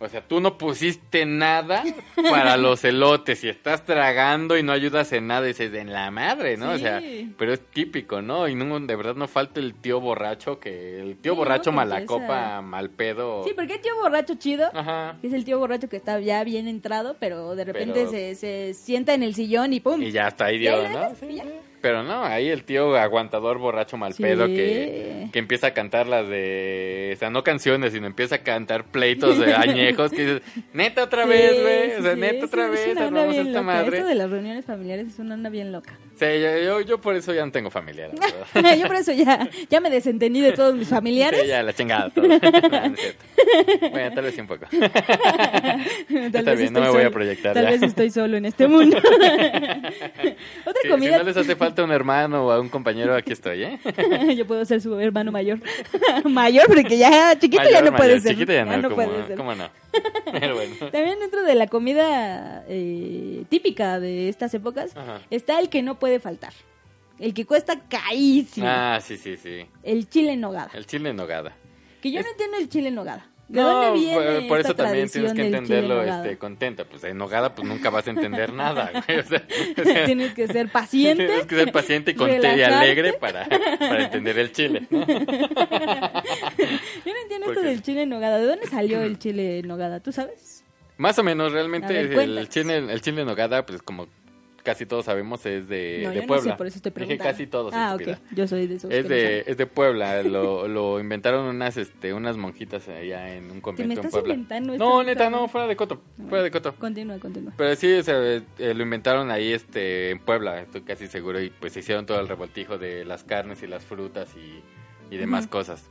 Speaker 1: o sea, tú no pusiste nada para los elotes y estás tragando y no ayudas en nada y dices, en la madre, ¿no? O sea,
Speaker 2: Sí.
Speaker 1: pero es típico, ¿no? Y no, de verdad no falta el tío borracho que, el tío
Speaker 2: Sí, ¿no?
Speaker 1: borracho
Speaker 2: Que
Speaker 1: malacopa,
Speaker 2: empieza-
Speaker 1: mal pedo.
Speaker 2: Sí, porque hay tío borracho chido,
Speaker 1: Ajá.
Speaker 2: que es el tío borracho que está ya bien entrado, pero de repente
Speaker 1: Pero-
Speaker 2: se, se sienta en el sillón y ¡pum!
Speaker 1: Y ya está ahí
Speaker 2: Y ahí
Speaker 1: Dios,
Speaker 2: lo
Speaker 1: ¿no?
Speaker 2: dejas, y ya.
Speaker 1: Pero no, ahí el tío aguantador borracho mal
Speaker 2: Sí.
Speaker 1: pedo que, que empieza a cantar las de... O sea, no canciones, sino empieza a cantar pleitos de añejos que dices, neta otra
Speaker 2: Sí,
Speaker 1: vez, güey. O sea,
Speaker 2: sí,
Speaker 1: neta
Speaker 2: sí,
Speaker 1: otra
Speaker 2: es
Speaker 1: vez,
Speaker 2: una onda
Speaker 1: armamos
Speaker 2: bien
Speaker 1: esta
Speaker 2: loca.
Speaker 1: madre.
Speaker 2: Esto de las reuniones familiares es una onda bien loca.
Speaker 1: Sí, yo, yo, yo por eso ya no tengo familia, la verdad.
Speaker 2: Yo por eso ya, ya me desentendí de todos mis familiares.
Speaker 1: Sí, ya, la chingada. todo. No, no es cierto. bueno, tal vez sí un poco.
Speaker 2: Tal
Speaker 1: Está
Speaker 2: vez
Speaker 1: bien, no
Speaker 2: estoy
Speaker 1: me voy a
Speaker 2: solo-
Speaker 1: proyectar,
Speaker 2: Tal
Speaker 1: ya.
Speaker 2: vez estoy solo en este mundo. Otra
Speaker 1: Si, si
Speaker 2: comida.
Speaker 1: no les hace falta un hermano o a un compañero, aquí estoy, ¿eh?
Speaker 2: Yo puedo ser su hermano mayor. mayor, porque ya chiquito ya
Speaker 1: Mayor,
Speaker 2: no puede
Speaker 1: mayor,
Speaker 2: ser.
Speaker 1: Chiquito ya no, ¿cómo,
Speaker 2: puede ser.
Speaker 1: cómo no? Pero bueno.
Speaker 2: También dentro de la comida eh, típica de estas épocas
Speaker 1: Ajá.
Speaker 2: está el que no puede faltar. El que cuesta carísimo.
Speaker 1: Ah, sí, sí, sí.
Speaker 2: El chile en nogada.
Speaker 1: El chile en nogada.
Speaker 2: Que yo no entiendo el chile en nogada. ¿De
Speaker 1: No,
Speaker 2: dónde viene
Speaker 1: por- por
Speaker 2: esta
Speaker 1: eso también tienes
Speaker 2: tradición
Speaker 1: que
Speaker 2: del chile en
Speaker 1: entenderlo
Speaker 2: nogada?
Speaker 1: este, contenta. Pues en nogada pues nunca vas a entender nada. güey, o sea, o sea,
Speaker 2: Tienes que ser paciente.
Speaker 1: tienes que ser paciente y, contenta y
Speaker 2: relajarte.
Speaker 1: alegre para, para entender el chile. ¿no?
Speaker 2: Yo no entiendo
Speaker 1: ¿Por
Speaker 2: esto
Speaker 1: qué?
Speaker 2: del chile en nogada. ¿De dónde salió el chile en nogada? ¿Tú sabes?
Speaker 1: Más o menos,
Speaker 2: A
Speaker 1: realmente
Speaker 2: ver,
Speaker 1: el,
Speaker 2: cuéntanos.
Speaker 1: chile, el chile en nogada, pues como casi todos sabemos, es de,
Speaker 2: no,
Speaker 1: Eh, de
Speaker 2: yo
Speaker 1: Puebla.
Speaker 2: no sé, por eso te
Speaker 1: Dije
Speaker 2: preguntaba.
Speaker 1: casi todos.
Speaker 2: Ah,
Speaker 1: estúpida.
Speaker 2: ok. Yo soy de esos. que
Speaker 1: Es
Speaker 2: no
Speaker 1: de,
Speaker 2: saben.
Speaker 1: es de Puebla, lo, lo inventaron unas este unas monjitas allá en un
Speaker 2: Te me
Speaker 1: convento en
Speaker 2: estás
Speaker 1: Puebla.
Speaker 2: inventando. esto,
Speaker 1: No, neta, no, fuera de coto, fuera de coto.
Speaker 2: Continúa, continúa.
Speaker 1: Pero sí, o sea, eh, lo inventaron ahí este, en Puebla, estoy casi seguro, y pues hicieron todo el revoltijo de las carnes y las frutas y, y demás cosas.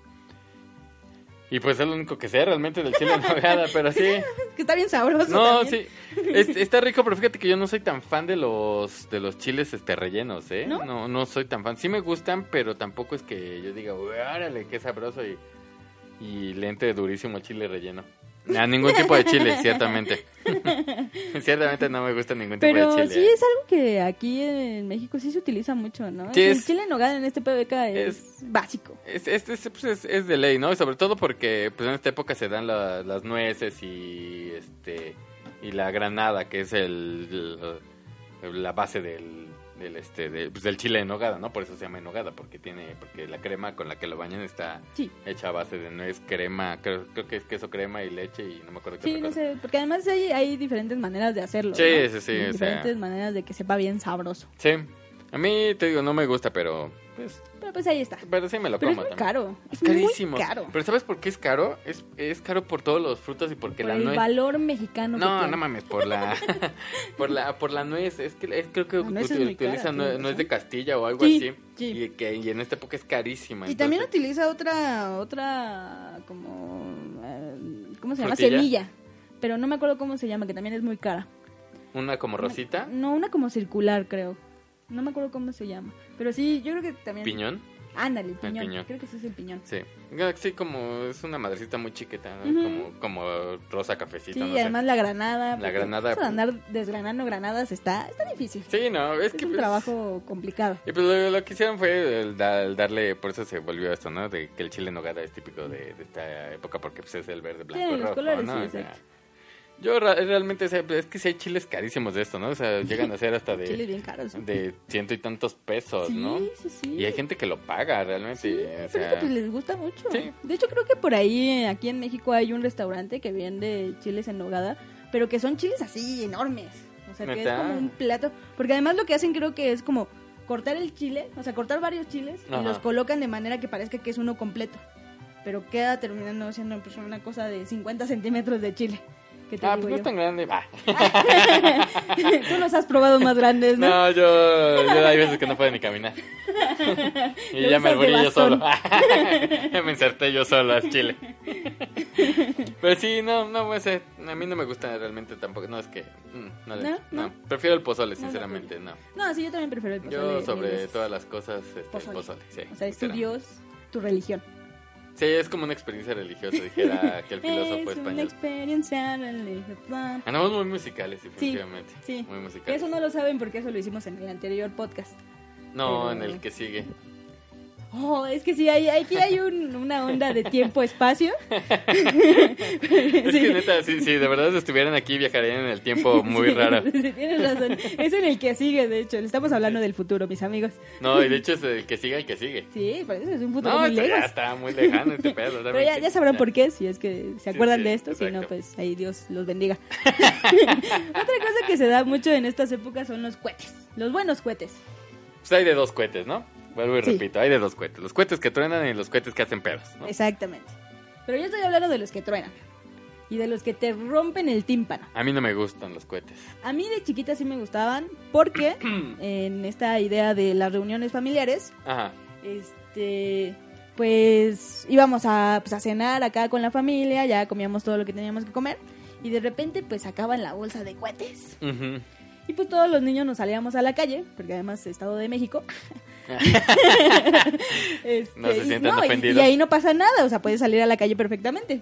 Speaker 1: Y pues es lo único que sé realmente del chile en nogada, pero sí.
Speaker 2: Que está bien sabroso.
Speaker 1: No,
Speaker 2: también.
Speaker 1: sí. Es- está rico, pero fíjate que yo no soy tan fan de los de los chiles este rellenos, ¿eh?
Speaker 2: ¿No?
Speaker 1: no no soy tan fan. Sí me gustan, pero tampoco es que yo diga, "Uy, órale, qué sabroso y y le entre durísimo el chile relleno. A ningún tipo de chile, ciertamente. ciertamente no me gusta ningún tipo
Speaker 2: Pero
Speaker 1: de
Speaker 2: sí
Speaker 1: chile.
Speaker 2: es algo que aquí en México sí se utiliza mucho, ¿no?
Speaker 1: Sí,
Speaker 2: el
Speaker 1: es-
Speaker 2: chile en nogada en este PBK es, básico.
Speaker 1: Es, es, es, pues, es- es de ley, ¿no? Sobre todo porque pues, en esta época se dan la- las nueces y este y la granada, que es el, el- la base del, del, este, de- pues, del chile en nogada, ¿no? Por eso se llama en nogada, porque tiene porque la crema con la que lo bañan está
Speaker 2: Sí.
Speaker 1: hecha a base de nuez, crema, creo, creo que es queso, crema y leche y no me acuerdo qué
Speaker 2: Sí,
Speaker 1: otra
Speaker 2: no
Speaker 1: cosa.
Speaker 2: sé, porque además hay, hay diferentes maneras de hacerlo.
Speaker 1: Sí,
Speaker 2: ¿no?
Speaker 1: sí, sí,
Speaker 2: Y
Speaker 1: o sea.
Speaker 2: Diferentes maneras de que sepa bien sabroso.
Speaker 1: Sí. A mí, te digo, no me gusta, pero pues,
Speaker 2: Pero pues ahí está.
Speaker 1: pero sí me lo
Speaker 2: Pero es
Speaker 1: como
Speaker 2: muy
Speaker 1: también.
Speaker 2: caro.
Speaker 1: Es
Speaker 2: muy
Speaker 1: carísimo.
Speaker 2: caro.
Speaker 1: Pero ¿sabes por qué es caro? Es, es caro por todos los frutos y porque
Speaker 2: Por
Speaker 1: la
Speaker 2: el
Speaker 1: nuez.
Speaker 2: valor mexicano. que
Speaker 1: No,
Speaker 2: tiene.
Speaker 1: no mames, por la por la por la nuez, es que es- creo que
Speaker 2: La nuez es
Speaker 1: util-
Speaker 2: muy cara,
Speaker 1: utilizan nue-
Speaker 2: tienes
Speaker 1: nuez
Speaker 2: razón.
Speaker 1: de Castilla o algo
Speaker 2: Sí,
Speaker 1: así.
Speaker 2: sí.
Speaker 1: Y que y en esta época es carísima.
Speaker 2: Y también
Speaker 1: entonces-
Speaker 2: utiliza otra, otra, como, eh, ¿cómo se llama?
Speaker 1: Frutilla.
Speaker 2: Semilla. Pero no me acuerdo cómo se llama, que también es muy cara.
Speaker 1: una como rosita,
Speaker 2: No, una como circular, creo. No me acuerdo cómo se llama. Pero sí, yo creo que también...
Speaker 1: piñón,
Speaker 2: Ándale, el piñón.
Speaker 1: piñón.
Speaker 2: Creo que sí es el piñón.
Speaker 1: sí. Ah, Sí, como es una madrecita muy chiquita, ¿no?
Speaker 2: Ujú.
Speaker 1: como como rosa
Speaker 2: Sí,
Speaker 1: cafecita, no
Speaker 2: y
Speaker 1: sé.
Speaker 2: además la granada. porque
Speaker 1: granada, pues.
Speaker 2: Eso de andar desgranando granadas está, está difícil.
Speaker 1: Sí, no, es,
Speaker 2: es
Speaker 1: que
Speaker 2: un
Speaker 1: pues,
Speaker 2: trabajo complicado.
Speaker 1: Y pues lo, lo que hicieron fue el da- el darle, por eso se volvió esto, ¿no? De que el chile en nogada es típico de, de esta época porque pues, es el verde, blanco,
Speaker 2: Tiene
Speaker 1: y
Speaker 2: los
Speaker 1: rojo,
Speaker 2: colores,
Speaker 1: ¿no?
Speaker 2: sí,
Speaker 1: O sea,
Speaker 2: exacto.
Speaker 1: yo ra- realmente sé, pues, es que si hay chiles carísimos de esto, ¿no? O sea, llegan a ser hasta
Speaker 2: Chiles
Speaker 1: de,
Speaker 2: bien caros.
Speaker 1: de ciento y tantos pesos,
Speaker 2: sí,
Speaker 1: ¿no?
Speaker 2: sí, sí.
Speaker 1: Y hay gente que lo paga realmente.
Speaker 2: Sí,
Speaker 1: o
Speaker 2: pero
Speaker 1: sea,
Speaker 2: es que pues, les gusta mucho.
Speaker 1: Sí.
Speaker 2: De hecho, creo que por ahí, eh, aquí en México, hay un restaurante que vende chiles en nogada, pero que son chiles así, enormes. O sea, que es
Speaker 1: ¿Neta?
Speaker 2: como un plato. Porque además lo que hacen creo que es como cortar el chile, o sea, cortar varios chiles
Speaker 1: Ajá.
Speaker 2: y los colocan de manera que parezca que es uno completo. Pero queda terminando siendo pues, una cosa de 50 centímetros de chile. Que te
Speaker 1: ah, pues
Speaker 2: digo
Speaker 1: no es
Speaker 2: yo.
Speaker 1: tan grande. Ah.
Speaker 2: Tú los has probado más grandes, ¿no?
Speaker 1: No, yo, yo hay veces que no puedo ni caminar. y
Speaker 2: Lo
Speaker 1: ya me
Speaker 2: usas de
Speaker 1: alburé yo
Speaker 2: bastón.
Speaker 1: solo. ya me inserté yo solo al chile. Pero sí, no, no, pues, eh, a mí no me gusta realmente tampoco. No, es que. mm, no, le-
Speaker 2: No,
Speaker 1: no.
Speaker 2: no.
Speaker 1: Prefiero el pozole,
Speaker 2: No, no,
Speaker 1: sinceramente, no.
Speaker 2: No, sí, yo también prefiero el pozole.
Speaker 1: Yo
Speaker 2: mil
Speaker 1: sobre
Speaker 2: veces.
Speaker 1: todas las cosas, este, el pozole.
Speaker 2: Pozole.
Speaker 1: sí,
Speaker 2: O sea, es tu
Speaker 1: sinceramente.
Speaker 2: Dios, tu religión.
Speaker 1: Sí, es como una experiencia religiosa, dijera aquel filósofo
Speaker 2: es una
Speaker 1: español.
Speaker 2: experiencia religiosa.
Speaker 1: Andamos muy musicales, definitivamente.
Speaker 2: sí.
Speaker 1: Muy musicales.
Speaker 2: Eso no lo saben porque eso lo hicimos en el anterior podcast.
Speaker 1: No,
Speaker 2: pero-
Speaker 1: en el que sigue.
Speaker 2: Oh, es que sí, hay, aquí hay un- una onda de tiempo-espacio.
Speaker 1: Es que neta, sí, sí, de verdad, si estuvieran aquí, viajarían en el tiempo muy raro.
Speaker 2: Sí, tienes razón. Es en el que sigue, de hecho. Le estamos hablando del futuro, mis amigos.
Speaker 1: No, y de hecho es el que sigue el que sigue.
Speaker 2: Sí, por eso es un futuro
Speaker 1: No,
Speaker 2: muy
Speaker 1: esto ya
Speaker 2: lejos.
Speaker 1: está muy lejano este pedo.
Speaker 2: Pero ya,
Speaker 1: realmente.
Speaker 2: ya sabrán por qué, si es que
Speaker 1: Sí,
Speaker 2: se acuerdan
Speaker 1: sí,
Speaker 2: de esto, si no,
Speaker 1: exacto.
Speaker 2: pues ahí Dios los bendiga. Otra cosa que se da mucho en estas épocas son los cohetes, los buenos cohetes.
Speaker 1: Pues hay de dos cohetes, ¿no? Vuelvo y
Speaker 2: Sí.
Speaker 1: repito, hay de dos cohetes. Los cohetes que truenan y los cohetes que hacen pedos, ¿no?
Speaker 2: Exactamente. Pero yo estoy hablando de los que truenan y de los que te rompen el tímpano.
Speaker 1: A mí no me gustan los cohetes.
Speaker 2: A mí de chiquita sí me gustaban porque en esta idea de las reuniones familiares,
Speaker 1: Ajá.
Speaker 2: este, pues íbamos a, pues, a cenar acá con la familia, ya comíamos todo lo que teníamos que comer y de repente pues sacaban la bolsa de cohetes.
Speaker 1: Ujú.
Speaker 2: Y pues todos los niños nos salíamos a la calle, porque además Estado de México. Este,
Speaker 1: No se
Speaker 2: y-
Speaker 1: sientan
Speaker 2: y-
Speaker 1: ofendidos.
Speaker 2: Y, ahí no pasa nada, o sea, puedes salir a la calle perfectamente.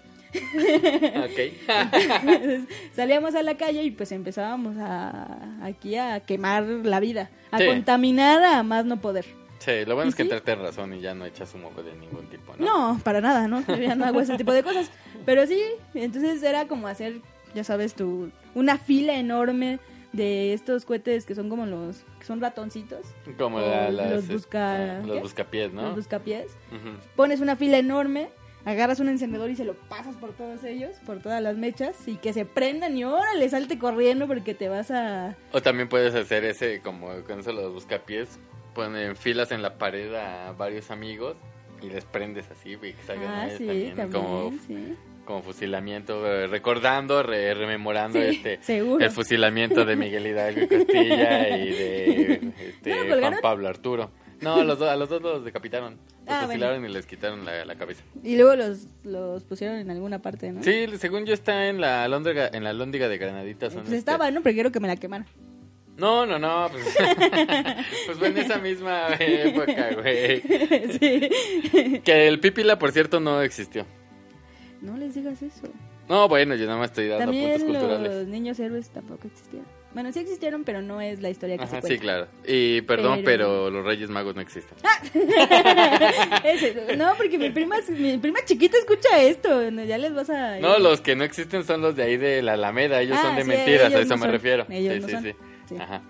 Speaker 1: Ok.
Speaker 2: Entonces, salíamos a la calle y pues empezábamos a, aquí a quemar la vida, a
Speaker 1: Sí.
Speaker 2: contaminar a más no poder.
Speaker 1: Sí, lo bueno es que
Speaker 2: ¿Y sí?
Speaker 1: entraste en razón y ya no echas humo de ningún tipo, ¿no?
Speaker 2: No, para nada, ¿no? Yo ya no hago ese tipo de cosas. Pero sí, entonces era como hacer, ya sabes, tu, una fila enorme de estos cohetes que son como los, que son ratoncitos.
Speaker 1: Como la-
Speaker 2: O
Speaker 1: las,
Speaker 2: los
Speaker 1: este,
Speaker 2: busca-
Speaker 1: los
Speaker 2: ¿qué?
Speaker 1: buscapiés, ¿no?
Speaker 2: los buscapiés.
Speaker 1: Ujú.
Speaker 2: Pones una fila enorme, agarras un encendedor y se lo pasas por todos ellos, por todas las mechas, y que se prendan y órale, salte corriendo porque te vas a...
Speaker 1: O también puedes hacer ese, como con eso los buscapiés, ponen filas en la pared a varios amigos y les prendes así, güey, que salgan
Speaker 2: Ah,
Speaker 1: ellos
Speaker 2: sí,
Speaker 1: también,
Speaker 2: también,
Speaker 1: como,
Speaker 2: sí.
Speaker 1: como fusilamiento, eh, recordando, re- rememorando
Speaker 2: Sí,
Speaker 1: este
Speaker 2: seguro.
Speaker 1: el fusilamiento de Miguel Hidalgo y Costilla y de este,
Speaker 2: ¿No lo
Speaker 1: Juan
Speaker 2: colgaron?
Speaker 1: Pablo Arturo. No, los dos- a los dos los decapitaron, los
Speaker 2: Ah,
Speaker 1: fusilaron y les quitaron la, la cabeza.
Speaker 2: Y luego los, los pusieron en alguna parte, ¿no?
Speaker 1: Sí, según yo está en la lóndiga, en la lóndiga de granaditas.
Speaker 2: Eh,
Speaker 1: son
Speaker 2: Pues
Speaker 1: este-
Speaker 2: estaba, ¿no? Pero quiero que me la quemaran.
Speaker 1: No, no, no, pues, pues fue en esa misma época, güey.
Speaker 2: sí.
Speaker 1: Que el pipila, por cierto, no existió.
Speaker 2: No les digas eso.
Speaker 1: No, bueno, yo nada más estoy dando puntos
Speaker 2: También
Speaker 1: culturales.
Speaker 2: los niños héroes tampoco existieron. Bueno, sí existieron, pero no es la historia que
Speaker 1: Ajá,
Speaker 2: se
Speaker 1: sí,
Speaker 2: cuenta.
Speaker 1: claro. Y perdón, pero...
Speaker 2: Pero-
Speaker 1: los Reyes Magos no existen.
Speaker 2: Ese, no, porque mi prima, mi prima chiquita escucha esto. no, Ya les vas a...
Speaker 1: No, los que no existen son los de ahí de la Alameda. Ellos
Speaker 2: Ah,
Speaker 1: son de
Speaker 2: sí,
Speaker 1: mentiras, a
Speaker 2: ellos
Speaker 1: eso
Speaker 2: no
Speaker 1: me
Speaker 2: son.
Speaker 1: refiero.
Speaker 2: Ellos
Speaker 1: sí,
Speaker 2: no
Speaker 1: sí,
Speaker 2: son.
Speaker 1: sí,
Speaker 2: Sí.
Speaker 1: Ajá.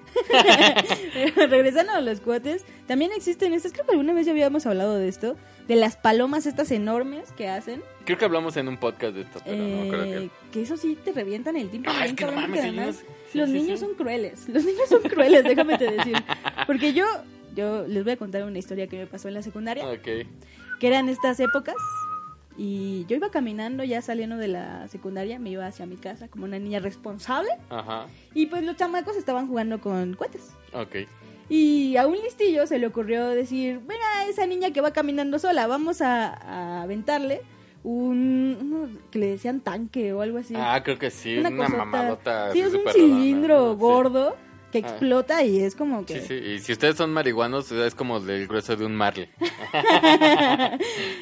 Speaker 2: Regresando a los cohetes, también existen estas, creo que alguna vez ya habíamos hablado de esto, de las palomas estas enormes que hacen,
Speaker 1: Creo que hablamos en un podcast de esto, pero no creo
Speaker 2: eh,
Speaker 1: que.
Speaker 2: que eso sí te revientan el tiempo.
Speaker 1: Ah, es que no mames, ellos- sí,
Speaker 2: los
Speaker 1: sí,
Speaker 2: niños
Speaker 1: sí.
Speaker 2: son crueles, los niños son crueles, déjame te decir. Porque yo, yo les voy a contar una historia que me pasó en la secundaria,
Speaker 1: Ok.
Speaker 2: que eran estas épocas. Y yo iba caminando, ya saliendo de la secundaria, me iba hacia mi casa como una niña responsable.
Speaker 1: Ajá.
Speaker 2: Y pues los chamacos estaban jugando con cohetes.
Speaker 1: Ok.
Speaker 2: Y a un listillo se le ocurrió decir, mira, esa niña que va caminando sola, vamos a, a aventarle un, uno que le decían tanque o algo así.
Speaker 1: Ah, creo que sí. Una,
Speaker 2: cosota.
Speaker 1: mamadota.
Speaker 2: Sí,
Speaker 1: así
Speaker 2: es un
Speaker 1: súper
Speaker 2: cilindro
Speaker 1: redonda, ¿no? Sí.
Speaker 2: gordo que
Speaker 1: Ah.
Speaker 2: explota y es como que...
Speaker 1: Sí, sí. Y si ustedes son marihuanos, es como del grueso de un marle.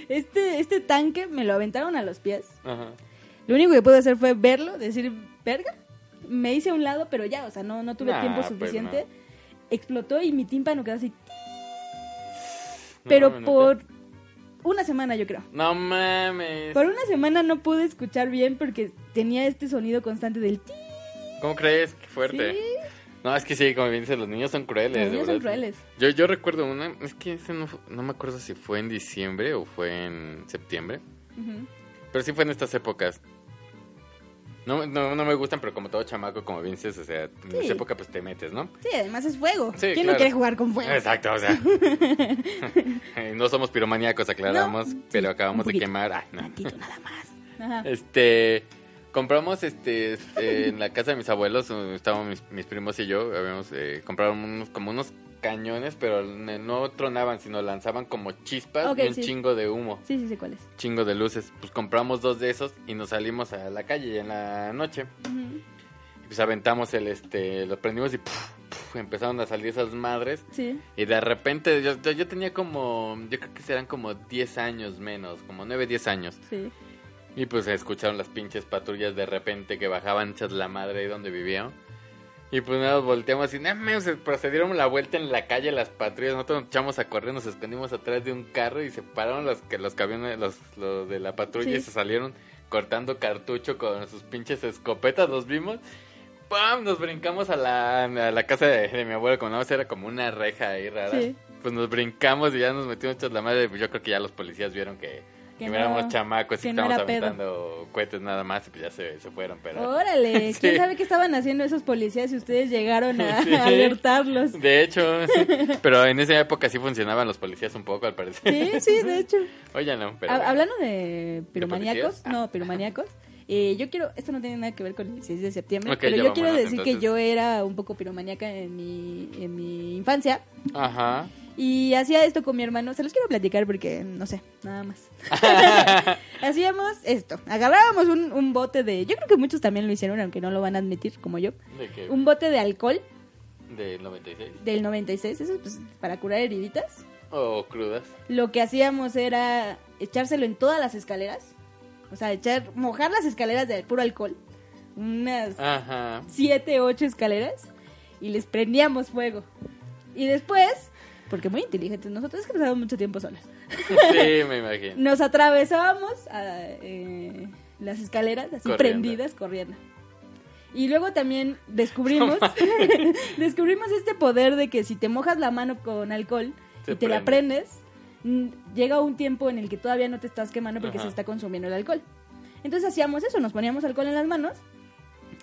Speaker 2: este, este tanque me lo aventaron a los pies.
Speaker 1: Ajá.
Speaker 2: Lo único que pude hacer fue verlo, decir, verga. Me hice a un lado, pero ya, o sea, no, no tuve
Speaker 1: Nah,
Speaker 2: tiempo
Speaker 1: pues,
Speaker 2: suficiente.
Speaker 1: no.
Speaker 2: Explotó y mi tímpano quedó así.
Speaker 1: No,
Speaker 2: Pero
Speaker 1: neta.
Speaker 2: por una semana, yo creo.
Speaker 1: No mames.
Speaker 2: Por una semana no pude escuchar bien porque tenía este sonido constante del ti.
Speaker 1: ¿Cómo crees? Qué fuerte.
Speaker 2: Sí.
Speaker 1: No, es que sí, como bien dices, los niños son crueles.
Speaker 2: Los
Speaker 1: de
Speaker 2: niños son
Speaker 1: verdad.
Speaker 2: crueles.
Speaker 1: Yo, yo recuerdo una, es que ese no, fu- no me acuerdo si fue en diciembre o fue en septiembre,
Speaker 2: Ujú.
Speaker 1: pero sí fue en estas épocas. No, no, no me gustan, pero como todo chamaco, como bien dices, o sea, en
Speaker 2: Sí.
Speaker 1: esa época pues te metes, ¿no?
Speaker 2: Sí, además es fuego.
Speaker 1: Sí,
Speaker 2: ¿Quién no
Speaker 1: claro.
Speaker 2: quiere jugar con fuego?
Speaker 1: Exacto, o sea. no somos piromaníacos, aclaramos,
Speaker 2: No,
Speaker 1: pero
Speaker 2: sí,
Speaker 1: acabamos
Speaker 2: un
Speaker 1: de
Speaker 2: poquito.
Speaker 1: quemar. ay, no.
Speaker 2: Tantito nada más. Ajá.
Speaker 1: Este, compramos este, este, en la casa de mis abuelos, eh, estaban mis, mis primos y yo, habíamos eh, comprado unos, como unos cañones, pero n- no tronaban, sino lanzaban como chispas
Speaker 2: Ok,
Speaker 1: y un
Speaker 2: sí.
Speaker 1: chingo de humo,
Speaker 2: Sí, sí sé cuál es.
Speaker 1: chingo de luces. Pues compramos dos de esos y nos salimos a la calle en la noche.
Speaker 2: Ujú.
Speaker 1: Y Pues aventamos el, este, lo prendimos y puf, puf, empezaron a salir esas madres.
Speaker 2: Sí.
Speaker 1: Y de repente, yo, yo, yo tenía como, yo creo que serán como 10 años menos, como 9, 10 años.
Speaker 2: Sí.
Speaker 1: Y pues se escucharon las pinches patrullas de repente que bajaban hechas la madre ahí donde vivían. Y pues nada, volteamos y nada más se procedieron la vuelta en la calle las patrullas. Nosotros nos echamos a correr, nos escondimos atrás de un carro y se pararon los, que- los camiones, los, los de la patrulla
Speaker 2: Sí.
Speaker 1: y se salieron cortando cartucho con sus pinches escopetas. Los vimos. ¡Pam! Nos brincamos a la, a la casa de, de mi abuelo. Como nada más era como una reja ahí rara.
Speaker 2: Sí.
Speaker 1: Pues nos brincamos y ya nos metimos hechas la madre. pues Yo creo que ya los policías vieron que, que,
Speaker 2: no.
Speaker 1: éramos chamacos
Speaker 2: que
Speaker 1: y
Speaker 2: no
Speaker 1: estábamos
Speaker 2: era pedo.
Speaker 1: aventando cohetes nada más y pues ya se, se fueron, pero...
Speaker 2: Órale,
Speaker 1: Sí.
Speaker 2: ¿quién sabe qué estaban haciendo esos policías si ustedes llegaron a
Speaker 1: Sí.
Speaker 2: a alertarlos?
Speaker 1: De hecho, sí, pero en esa época sí funcionaban los policías un poco, al parecer.
Speaker 2: Sí, sí, de hecho.
Speaker 1: Oye, no, pero...
Speaker 2: Ha-
Speaker 1: bueno.
Speaker 2: Hablando de piromaníacos,
Speaker 1: policías? Ah.
Speaker 2: no, piromaníacos, eh, yo quiero, esto no tiene nada que ver con el 16 de septiembre,
Speaker 1: Ok,
Speaker 2: pero
Speaker 1: ya
Speaker 2: yo quiero
Speaker 1: vámonos,
Speaker 2: decir que
Speaker 1: entonces.
Speaker 2: yo era un poco piromaníaca en mi, en mi infancia
Speaker 1: Ajá.
Speaker 2: y hacía esto con mi hermano, se los quiero platicar porque, no sé, nada más. Hacíamos esto, agarrábamos un, un bote de, yo creo que muchos también lo hicieron, aunque no lo van a admitir, como yo,
Speaker 1: ¿De qué?
Speaker 2: un bote de alcohol
Speaker 1: ¿De 96?
Speaker 2: del 96, eso es pues, para curar heriditas.
Speaker 1: ¿O crudas?
Speaker 2: Lo que hacíamos era echárselo en todas las escaleras. O sea, echar, mojar las escaleras de puro alcohol. Unas
Speaker 1: Ah. Ajá.
Speaker 2: siete, ocho escaleras. Y les prendíamos fuego. Y después, porque muy inteligentes nosotros, es que pasábamos mucho tiempo solos.
Speaker 1: Sí, me imagino.
Speaker 2: Nos atravesábamos a, eh, las escaleras así
Speaker 1: Corriendo.
Speaker 2: prendidas corriendo. Y luego también descubrimos descubrimos este poder de que si te mojas la mano con alcohol
Speaker 1: Se
Speaker 2: y te la
Speaker 1: prende.
Speaker 2: prendes, mm, llega un tiempo en el que todavía no te estás quemando porque
Speaker 1: Ajá.
Speaker 2: se está consumiendo el alcohol. Entonces hacíamos eso, nos poníamos alcohol en las manos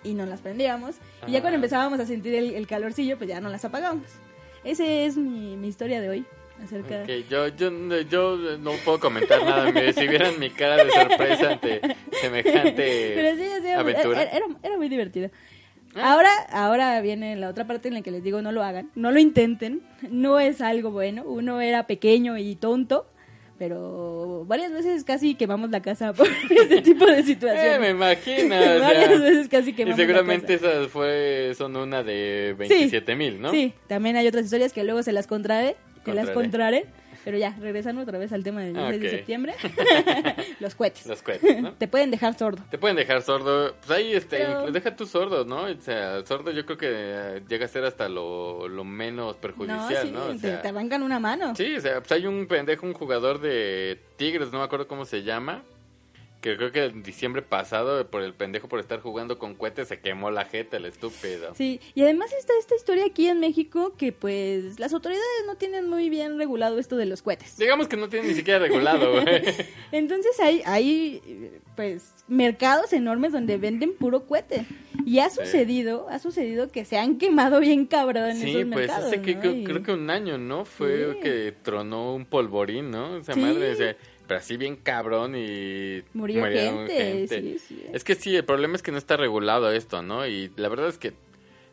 Speaker 2: y nos las prendíamos. Y ya cuando
Speaker 1: Ah.
Speaker 2: empezábamos a sentir el, el calorcillo, pues ya no las apagábamos. Esa es mi, mi historia de hoy acerca
Speaker 1: Ok, yo, yo, yo no puedo comentar nada. mire, Si vieran mi cara de sorpresa ante
Speaker 2: Pero
Speaker 1: semejante...
Speaker 2: sí, sí, era-
Speaker 1: este, aventura.
Speaker 2: Era, era- era muy divertido. Ahora, ahora viene la otra parte en la que les digo no lo hagan, no lo intenten, no es algo bueno. Uno era pequeño y tonto, pero varias veces casi quemamos la casa por este tipo de
Speaker 1: Eh, me
Speaker 2: situaciones.
Speaker 1: imagino. o sea.
Speaker 2: varias veces casi
Speaker 1: Y
Speaker 2: quemamos
Speaker 1: seguramente
Speaker 2: la casa.
Speaker 1: esas fue, son una de 27 mil, ¿no?
Speaker 2: Sí, también hay otras historias que luego se las contraré, que las
Speaker 1: Contraré. Ah,
Speaker 2: contraré. Pero ya, regresando otra vez al tema del 16 de
Speaker 1: Ok.
Speaker 2: septiembre, los cohetes.
Speaker 1: Los cohetes, ¿no?
Speaker 2: Te pueden dejar sordo.
Speaker 1: Te pueden dejar sordo. Pues ahí, este,
Speaker 2: Pero-
Speaker 1: inclu- deja tú sordo, ¿no? O sea, sordo yo creo que eh, llega a ser hasta lo, lo menos perjudicial, ¿no?
Speaker 2: no,
Speaker 1: O
Speaker 2: sí,
Speaker 1: sea,
Speaker 2: te, te arrancan una mano.
Speaker 1: sí, o sea, pues hay un pendejo, un jugador de Tigres, no me acuerdo cómo se llama. Que creo que en diciembre pasado, eh, por el pendejo por estar jugando con cohetes, se quemó la jeta, el estúpido.
Speaker 2: Sí, y además está esta historia aquí en México que pues las autoridades no tienen muy bien regulado esto de los cohetes.
Speaker 1: Digamos que no tiene ni siquiera regulado, güey.
Speaker 2: Entonces hay, hay pues mercados enormes donde venden puro cohete. Y ha sucedido, ha sucedido que se han quemado bien cabrón en
Speaker 1: Sí,
Speaker 2: esos
Speaker 1: pues
Speaker 2: mercados.
Speaker 1: hace que
Speaker 2: ¿no?
Speaker 1: creo,
Speaker 2: Y-
Speaker 1: creo que un año, ¿no? Fue
Speaker 2: Sí.
Speaker 1: que tronó un polvorín, ¿no? Esa
Speaker 2: Sí.
Speaker 1: madre, o sea, pero así bien cabrón y
Speaker 2: Murió
Speaker 1: murieron
Speaker 2: gente, sí, sí.
Speaker 1: Es que sí, el problema es que no está regulado esto, ¿no? Y la verdad es que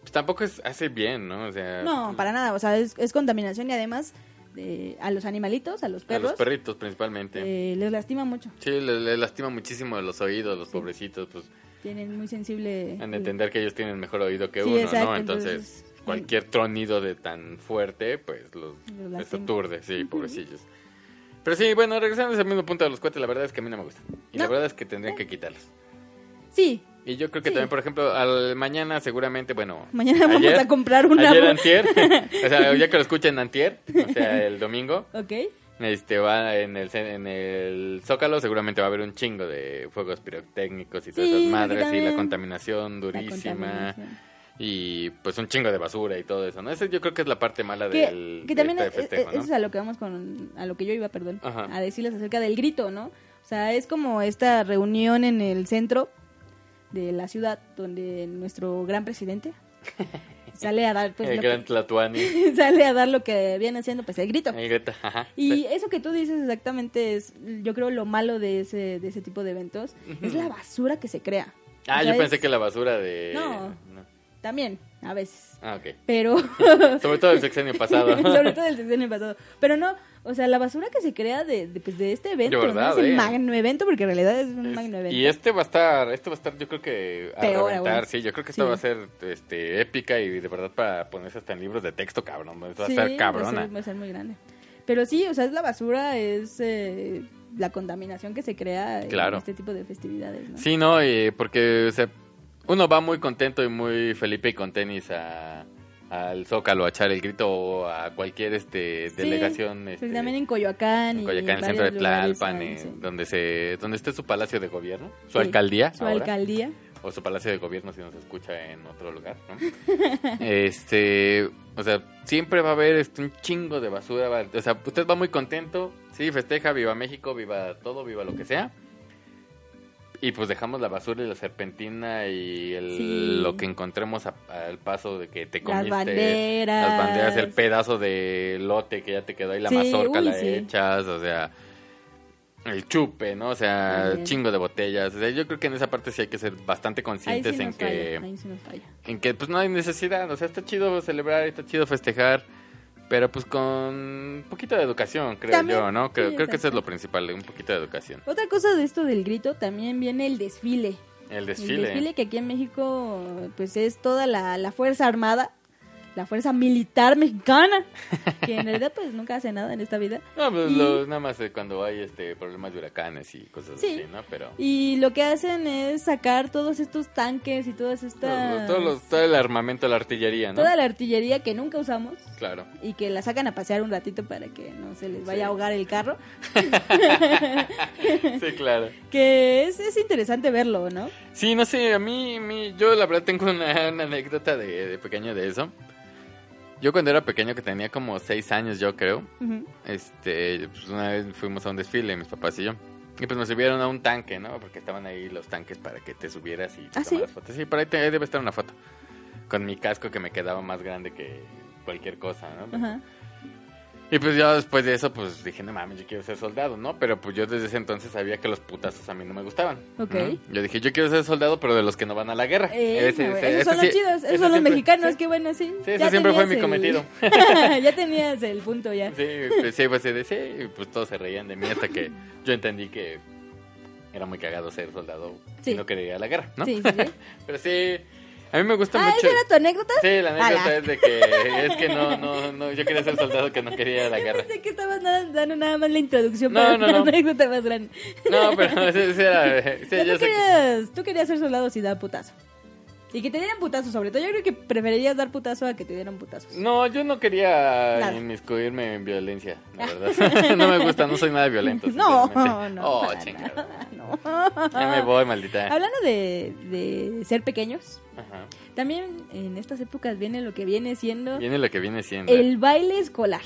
Speaker 1: pues, tampoco es, hace bien, ¿no? O sea,
Speaker 2: No, para nada, o sea, es, es contaminación y además eh, a los animalitos, a los
Speaker 1: a
Speaker 2: perros,
Speaker 1: los perritos principalmente.
Speaker 2: eh, les lastima mucho.
Speaker 1: Sí, les lastima muchísimo los oídos, los pobrecitos, pues
Speaker 2: Tienen muy sensible...
Speaker 1: han de entender que ellos tienen mejor oído que
Speaker 2: Sí,
Speaker 1: uno,
Speaker 2: exacto,
Speaker 1: ¿no? Entonces,
Speaker 2: entonces,
Speaker 1: cualquier tronido de tan fuerte, pues los,
Speaker 2: Los
Speaker 1: les
Speaker 2: lastima.
Speaker 1: aturde, sí, pobrecillos. Pero sí, bueno, regresando al mismo punto de los cohetes, la verdad es que a mí no me gustan. Y la
Speaker 2: No.
Speaker 1: verdad es que tendrían que quitarlos.
Speaker 2: Sí,
Speaker 1: Y yo creo que
Speaker 2: Sí.
Speaker 1: también, por ejemplo, al mañana seguramente, bueno...
Speaker 2: mañana vamos
Speaker 1: ayer-
Speaker 2: a comprar un
Speaker 1: Ayer
Speaker 2: árbol.
Speaker 1: antier, o sea, ya que lo escuchen antier, o sea, el domingo,
Speaker 2: Ok,
Speaker 1: este va en el, ce- en el Zócalo, seguramente va a haber un chingo de fuegos pirotécnicos y todas
Speaker 2: Sí,
Speaker 1: esas
Speaker 2: porque
Speaker 1: madres y la
Speaker 2: también-
Speaker 1: contaminación
Speaker 2: la
Speaker 1: durísima
Speaker 2: contaminación.
Speaker 1: y pues un chingo de basura y todo eso, ¿no? Esa yo creo que es la parte mala
Speaker 2: que,
Speaker 1: del
Speaker 2: que también
Speaker 1: de
Speaker 2: es,
Speaker 1: este festejo,
Speaker 2: es-
Speaker 1: ¿no?
Speaker 2: eso es a lo que vamos con a lo que yo iba perdón
Speaker 1: Ajá.
Speaker 2: a decirles acerca del grito no o sea es como esta reunión en el centro de la ciudad donde nuestro gran presidente sale a dar pues
Speaker 1: el
Speaker 2: lo
Speaker 1: gran Tlatuani,
Speaker 2: que- sale a dar lo que viene haciendo pues el grito
Speaker 1: el Greta, ajá.
Speaker 2: y
Speaker 1: sí.
Speaker 2: eso que tú dices exactamente es yo creo lo malo de ese de ese tipo de eventos es la basura que se crea O
Speaker 1: Ah,
Speaker 2: sea,
Speaker 1: yo
Speaker 2: es-
Speaker 1: pensé que la basura de...
Speaker 2: No. también a veces
Speaker 1: Ah, ok.
Speaker 2: pero
Speaker 1: Sobre todo el sexenio pasado.
Speaker 2: Sobre todo el sexenio pasado. Pero no, o sea, la basura que se crea de, de, pues, de este evento,
Speaker 1: De verdad,
Speaker 2: ¿no? Es el
Speaker 1: eh.
Speaker 2: magno evento, porque en realidad es un
Speaker 1: Es-
Speaker 2: magno evento.
Speaker 1: y este va a estar, este va a estar, yo creo que a
Speaker 2: Peor
Speaker 1: reventar,
Speaker 2: aún.
Speaker 1: sí, yo creo que
Speaker 2: Sí.
Speaker 1: esta va a ser este, épica y de verdad para ponerse hasta en libros de texto, cabrón, esto va
Speaker 2: Sí,
Speaker 1: a estar cabrona.
Speaker 2: Va a, ser, va a ser muy grande. Pero sí, o sea, es la basura, es eh, la contaminación que se crea en
Speaker 1: Claro.
Speaker 2: este tipo de festividades, ¿no?
Speaker 1: Sí, no, y porque o sea, uno va muy contento y muy Felipe y con tenis a al Zócalo a echar el grito o a cualquier este
Speaker 2: Sí,
Speaker 1: delegación este,
Speaker 2: Pero también en Coyoacán.
Speaker 1: en
Speaker 2: y
Speaker 1: Coyacán, en el
Speaker 2: varios
Speaker 1: centro de
Speaker 2: lugares
Speaker 1: Tlalpan,
Speaker 2: hay,
Speaker 1: eh,
Speaker 2: sí.
Speaker 1: donde se donde esté su palacio de gobierno, su
Speaker 2: Sí,
Speaker 1: alcaldía,
Speaker 2: Su
Speaker 1: ahora.
Speaker 2: alcaldía.
Speaker 1: o su palacio de gobierno si nos escucha en otro lugar, ¿no? este, o sea, siempre va a haber este, un chingo de basura, va- o sea, usted va muy contento, sí, festeja, viva México, viva todo, viva lo que sea. Y pues dejamos la basura y la serpentina y el-
Speaker 2: Sí.
Speaker 1: lo que encontremos a- al paso de que te
Speaker 2: Las
Speaker 1: comiste.
Speaker 2: banderas.
Speaker 1: Las banderas, el pedazo de lote que ya te quedó ahí, la
Speaker 2: Sí,
Speaker 1: mazorca
Speaker 2: uy,
Speaker 1: la
Speaker 2: sí.
Speaker 1: echas, o sea, el chupe, ¿no? O sea,
Speaker 2: También.
Speaker 1: chingo de botellas. O sea, yo creo que en esa parte sí hay que ser bastante
Speaker 2: Ahí
Speaker 1: conscientes
Speaker 2: sí
Speaker 1: en
Speaker 2: nos
Speaker 1: que
Speaker 2: falla, ahí sí nos falla.
Speaker 1: en que pues no hay necesidad, o sea, está chido celebrar, está chido festejar, pero pues con un poquito de educación, creo
Speaker 2: También,
Speaker 1: yo, ¿no? Creo,
Speaker 2: sí,
Speaker 1: creo que eso es
Speaker 2: exacto.
Speaker 1: lo principal, un poquito de educación.
Speaker 2: Otra cosa de esto del grito, también viene el desfile.
Speaker 1: El
Speaker 2: El
Speaker 1: desfile.
Speaker 2: desfile que aquí en México pues es toda la, la Fuerza Armada, la Fuerza Militar Mexicana, que en realidad pues nunca hace nada en esta vida.
Speaker 1: No, pues
Speaker 2: Y-
Speaker 1: lo- nada más eh, cuando hay este problemas de huracanes y cosas
Speaker 2: Sí.
Speaker 1: así, ¿no? Pero
Speaker 2: Y lo que hacen es sacar todos estos tanques y todas
Speaker 1: todos
Speaker 2: estas...
Speaker 1: los- todos los- todo el armamento, la artillería, ¿no?
Speaker 2: Toda la artillería que nunca usamos
Speaker 1: Claro.
Speaker 2: y que la sacan a pasear un ratito para que no se les vaya a
Speaker 1: Sí.
Speaker 2: ahogar el carro.
Speaker 1: Sí, claro.
Speaker 2: Que es, es interesante verlo, ¿no?
Speaker 1: Sí, no sé, a mí, mi- yo la verdad tengo una, una anécdota de, de pequeño de eso. Yo cuando era pequeño, que tenía como seis años, yo creo,
Speaker 2: Ujú.
Speaker 1: este, pues una vez fuimos a un desfile, mis papás y yo. Y pues nos subieron a un tanque, ¿no? Porque estaban ahí los tanques para que te subieras y te
Speaker 2: ¿Ah, sí?
Speaker 1: tomaras fotos. Sí, por ahí, te- ahí debe estar una foto. Con mi casco que me quedaba más grande que cualquier cosa, ¿no?
Speaker 2: Ajá.
Speaker 1: Y pues yo después de eso, pues dije, no mames, yo quiero ser soldado, ¿no? Pero pues yo desde ese entonces sabía que los putazos a mí no me gustaban.
Speaker 2: Ok.
Speaker 1: ¿no? Yo dije, yo quiero ser soldado, pero de los que no van a la guerra.
Speaker 2: Eh,
Speaker 1: Ese-
Speaker 2: no,
Speaker 1: ese-
Speaker 2: esos
Speaker 1: ese
Speaker 2: son los
Speaker 1: sí-
Speaker 2: chidos, esos
Speaker 1: ese
Speaker 2: son los
Speaker 1: siempre-
Speaker 2: mexicanos,
Speaker 1: sí.
Speaker 2: qué bueno, sí.
Speaker 1: Sí, ese
Speaker 2: Ya
Speaker 1: siempre fue mi
Speaker 2: tenías el-
Speaker 1: cometido.
Speaker 2: ya tenías el punto ya.
Speaker 1: Sí, pues, sí, pues, sí, de- sí, y, pues todos se reían de mí hasta que yo entendí que era muy cagado ser soldado
Speaker 2: Sí.
Speaker 1: y no quería ir a la guerra, ¿no?
Speaker 2: Sí, sí, sí.
Speaker 1: Pero sí, a mí me gusta
Speaker 2: Ah,
Speaker 1: mucho.
Speaker 2: ¿esa era tu anécdota?
Speaker 1: Sí, la
Speaker 2: Ala.
Speaker 1: anécdota es de que es que no, no, no, yo quería ser soldado que no quería ir a la guerra.
Speaker 2: Pensé que estabas nada- dando nada más la introducción
Speaker 1: No,
Speaker 2: para
Speaker 1: no,
Speaker 2: una
Speaker 1: no.
Speaker 2: anécdota más grande.
Speaker 1: No, pero sí, sí era, sí,
Speaker 2: Ya
Speaker 1: yo
Speaker 2: tú,
Speaker 1: sé que-
Speaker 2: querías, tú querías ser soldado si da putazo. Y que te dieran putazo, sobre todo. Yo creo que preferirías dar putazo a que te dieran putazos.
Speaker 1: No, yo no quería
Speaker 2: Nada.
Speaker 1: inmiscuirme en violencia, la verdad. No me gusta, no soy nada violento.
Speaker 2: No, no,
Speaker 1: sinceramente. Oh,
Speaker 2: para
Speaker 1: chingada.
Speaker 2: nada, Ah. no.
Speaker 1: Ya me voy, maldita.
Speaker 2: Hablando de, de ser pequeños,
Speaker 1: Ajá.
Speaker 2: también en estas épocas viene lo que viene siendo
Speaker 1: Viene lo que viene siendo.
Speaker 2: el baile escolar.